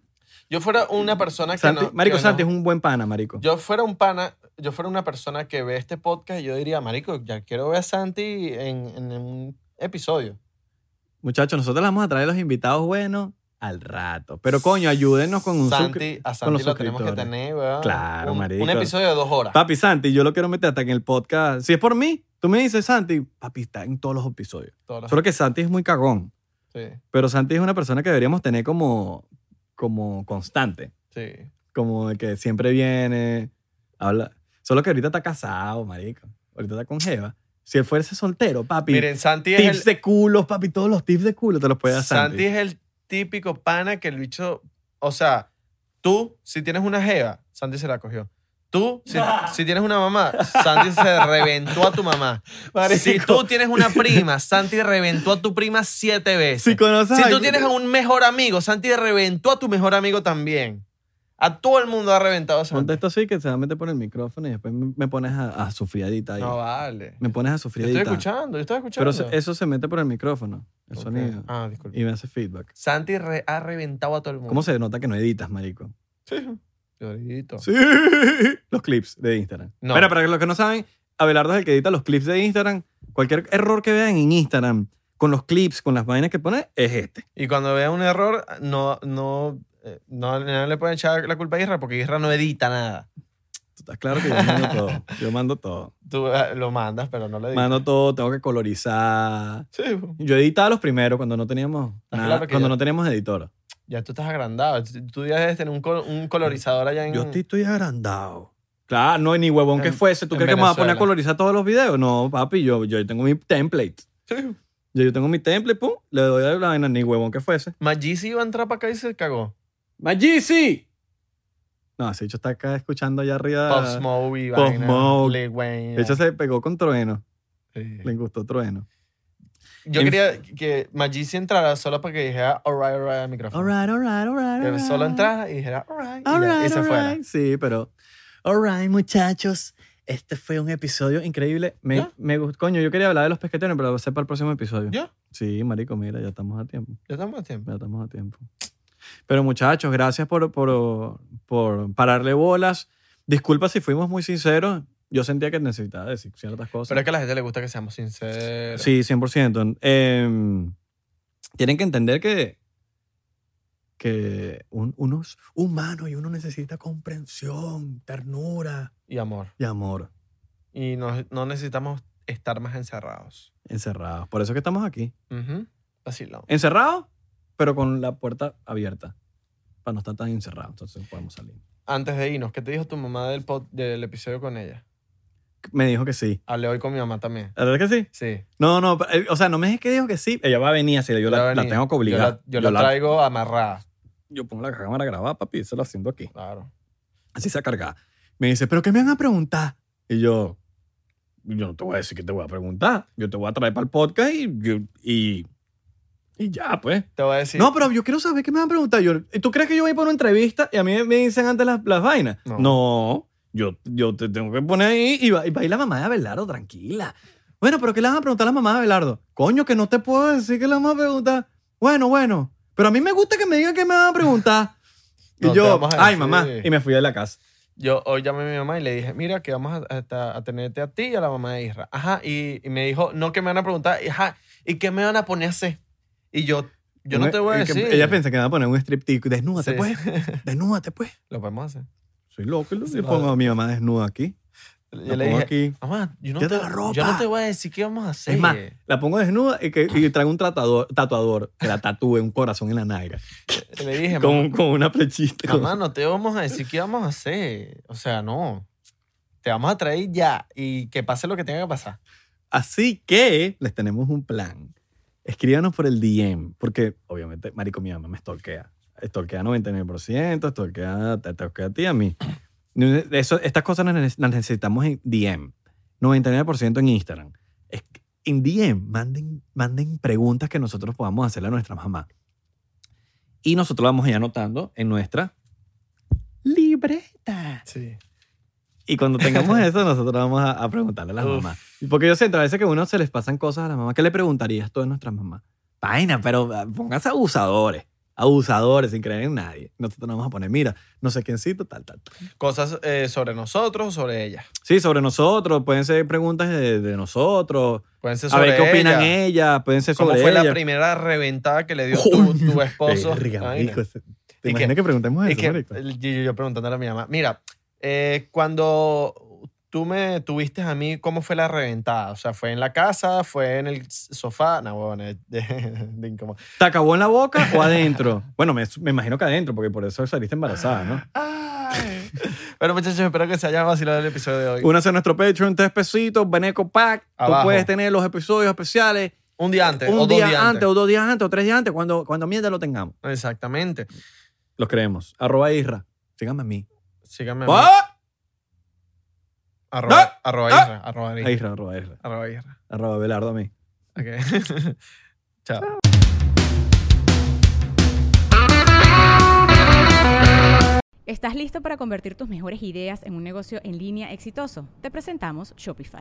Yo fuera una persona Ah, que Santi- no- marico, que no- Santi es un buen pana, marico. Yo fuera un pana, yo fuera una persona que ve este podcast y yo diría, marico, ya quiero ver a Santi en, en un episodio. Muchachos, nosotros le vamos a traer los invitados buenos al rato. Pero coño, ayúdenos con un suscri- Santi, a Santi los lo tenemos que suscriptores. tener, weón. Claro, un, marico. Un episodio de dos horas. Papi Santi, yo lo quiero meter hasta en el podcast. Si es por mí, tú me dices, Santi, papi, está en todos los episodios. Todas las- Solo que Santi es muy cagón. Sí, Pero Santi es una persona que deberíamos tener como, como constante. sí. Como de que siempre viene, habla. Solo que ahorita está casado, marico. Ahorita está con Jeva. Si él fuese soltero, papi, Miren, Santi es tips el, de culos, papi, todos los tips de culo te los puede dar Santi. Santi es el típico pana que el bicho, o sea, tú, si tienes una jeva, Santi se la cogió. Tú, si, si tienes una mamá, Santi se reventó a tu mamá. Marico. Si tú tienes una prima, Santi reventó a tu prima siete veces. Si conoces Si tú algún- tienes a un mejor amigo, Santi reventó a tu mejor amigo también. A todo el mundo ha reventado a Ponte Santi. esto así que se va a meter por el micrófono y después me me pones a, a sufriadita ahí. No vale. me pones a Yo estoy sufriadita. escuchando, yo estoy Pero escuchando. se- eso se mete por el micrófono, el Ok. sonido. Ah, disculpe. Y me hace feedback. Santi re- ha reventado a todo el mundo. ¿Cómo se nota que no editas, marico? Llorito. Sí. Los clips de Instagram. No. Pero para los que no saben, Abelardo es el que edita los clips de Instagram. Cualquier error que vean en Instagram con los clips, con las vainas que pone, es este. Y cuando vea un error, no, no, eh, no, no le pueden echar la culpa a Isra porque Isra no edita nada. Tú estás claro que yo mando todo. Yo mando todo. Tú eh, lo mandas, pero no le editas. Mando todo, tengo que colorizar. Sí, bu. Yo editaba los primeros cuando no teníamos Ah, nada, claro que cuando yo- no teníamos editor. ya tú estás agrandado. Tú tú ya debes tener un, col- un colorizador allá en... Yo estoy, estoy agrandado. Claro, no, ni huevón que Mm. En- fuese. ¿Tú en crees que me vas a poner a Venezuela. colorizar todos los videos? No, papi, yo, yo tengo mi template. Sí, bu. Yo, yo tengo mi template, pum, le doy a la vaina, ni huevón que fuese. Magisi iba a entrar para acá y se cagó. ¡Magisi! No, ese hecho está acá escuchando allá arriba. Pop Smoke y Pop vaina, Ah, Smoke. Lil Wayne. De hecho, se pegó con Trueno. Sí. Le gustó Trueno. Yo en- quería que Magisi entrara solo para que dijera alright, alright al micrófono. Alright, alright, alright. Que solo entrara y dijera alright y, ya, Alright, y se fuera. Sí, pero. Alright, muchachos. Este fue un episodio increíble. Me, ¿Ya? me gustó. Coño, yo quería hablar de los pesqueteros, pero lo voy a hacer para el próximo episodio. ¿Ya? Sí, marico, mira, ya estamos a tiempo. Ya estamos a tiempo. Ya estamos a tiempo. Pero muchachos, gracias por, por, por pararle bolas. Disculpa si fuimos muy sinceros. Yo sentía que necesitaba decir ciertas cosas. Pero es que a la gente le gusta que seamos sinceros. Sí, 100%. Em, tienen que entender que que un- uno es humano y uno necesita comprensión, ternura Y amor. y amor Y no, no necesitamos estar más encerrados. encerrados. Por eso es que estamos aquí. Ujú. Vacilón. Encerrados, pero con la puerta abierta. Para no estar tan encerrados, entonces podemos salir. Antes de irnos, ¿qué te dijo tu mamá del, pod- del episodio con ella? Me dijo que sí. Hablé hoy con mi mamá también. ¿La verdad que sí? Sí. No, no, pero, eh, o sea, no me dijes que dijo que sí. Ella va a venir así, yo Ya la, la venía. tengo que obligar. Yo la, yo la traigo amarrada. yo pongo la cámara grabada, papi, eso lo haciendo aquí. Claro. Así se cargada. Me dice, ¿pero qué me van a preguntar? Y yo, yo no te voy a decir que te voy a preguntar. Yo te voy a traer para el podcast y, yo- y, y ya, pues. Te voy a decir. No, pero yo quiero saber qué me van a preguntar. Yo, ¿y ¿Tú crees que yo voy a ir por una entrevista y a mí me dicen antes las, las vainas? No. No. Yo, yo te tengo que poner ahí y va, y va a ir la mamá de Abelardo, tranquila. Bueno, pero ¿qué le van a preguntar a la mamá de Abelardo? Coño, que no te puedo decir que le van a preguntar. Bueno, bueno. Pero a mí me gusta que me digan qué me van a preguntar. y No, te yo, vamos a ay, decir". mamá. Y me fui de la casa. Yo hoy llamé a mi mamá y le dije, mira, que vamos a, a- a tenerte a ti y a la mamá de Isra. Ajá, y, y me dijo, no, que me van a preguntar, y, ajá, ¿y qué me van a poner a hacer? Y yo, yo no Me- te voy a y que- decir. Ella piensa que me va a poner un striptease. Desnúdate, Sí. pues. Desnúdate, pues. Lo podemos hacer. Soy loco. y lo- Sí, y pongo a mi mamá desnuda aquí. Yo La le pongo dije, aquí. mamá, yo no, te, "Quítate la ropa". yo no te voy a decir qué vamos a hacer. Es más, La pongo desnuda y, que, y traigo un tratador, tatuador que la tatúe un corazón en la nalga. le dije, Con, con una flechita. con- mamá, no te vamos a decir qué vamos a hacer. O sea, no. Te vamos a traer ya y que pase lo que tenga que pasar. Así que les tenemos un plan. Escríbanos por el DM, porque obviamente, marico, mi mamá me stalkea. Stalkea 99%, stalkea, te stalkea a ti, a mí. Eso, estas cosas las ne- las necesitamos en DM. 99% en Instagram. Es- En DM, manden, manden preguntas que nosotros podamos hacerle a nuestra mamá. Y nosotros las vamos a ir anotando en nuestra libreta. Sí. Y cuando tengamos eso, nosotros vamos a, a preguntarle a las Uf. mamás. Porque yo siento a veces que a uno se les pasan cosas a las mamás. ¿Qué le preguntarías tú a nuestras mamás? Vaina, pero ah, pónganse abusadores. Abusadores, sin creer en nadie. Nosotros nos vamos a poner, mira, no sé quiéncito, tal, tal. tal. Cosas eh, sobre nosotros o sobre ella. Sí, sobre nosotros, pueden ser preguntas de, de nosotros. Pueden ser A sobre ver qué opinan ella. ellas, pueden ser ¿Cómo sobre fue la ellas. primera reventada que le dio tu, tu esposo? Verga, Ay, marico, ese- ¿Te Y imaginas que, preguntemos y eso, que- marico? y yo, yo preguntándole a mi mamá, mira, eh, cuando tú me tuviste a mí, ¿cómo fue la reventada? O sea, ¿fue en la casa? ¿Fue en el sofá? No, huevón, eh, de, de incómodo. ¿Te acabó en la boca o adentro? Bueno, me, me imagino que adentro, porque por eso saliste embarazada, ¿no? Ay. Bueno, muchachos, espero que se hayan vacilado el episodio de hoy. Un, Únase a nuestro Patreon, tres pesitos, Beneco Pack. Abajo. Tú puedes tener los episodios especiales día antes. un o dos día días antes, o dos días antes, o tres días antes, cuando, cuando mierda lo tengamos. Exactamente. Los creemos. Arroba Isra. Síganme a mí. Síganme. a mí. ¡Ah! Arroba, arroba Isra, arroba A Isra, Isra, arroba Isra. arroba Isra. Arroba Belardo a mí. Ok. Chao. ¿Estás listo para convertir tus mejores ideas en un negocio en línea exitoso? Te presentamos Shopify.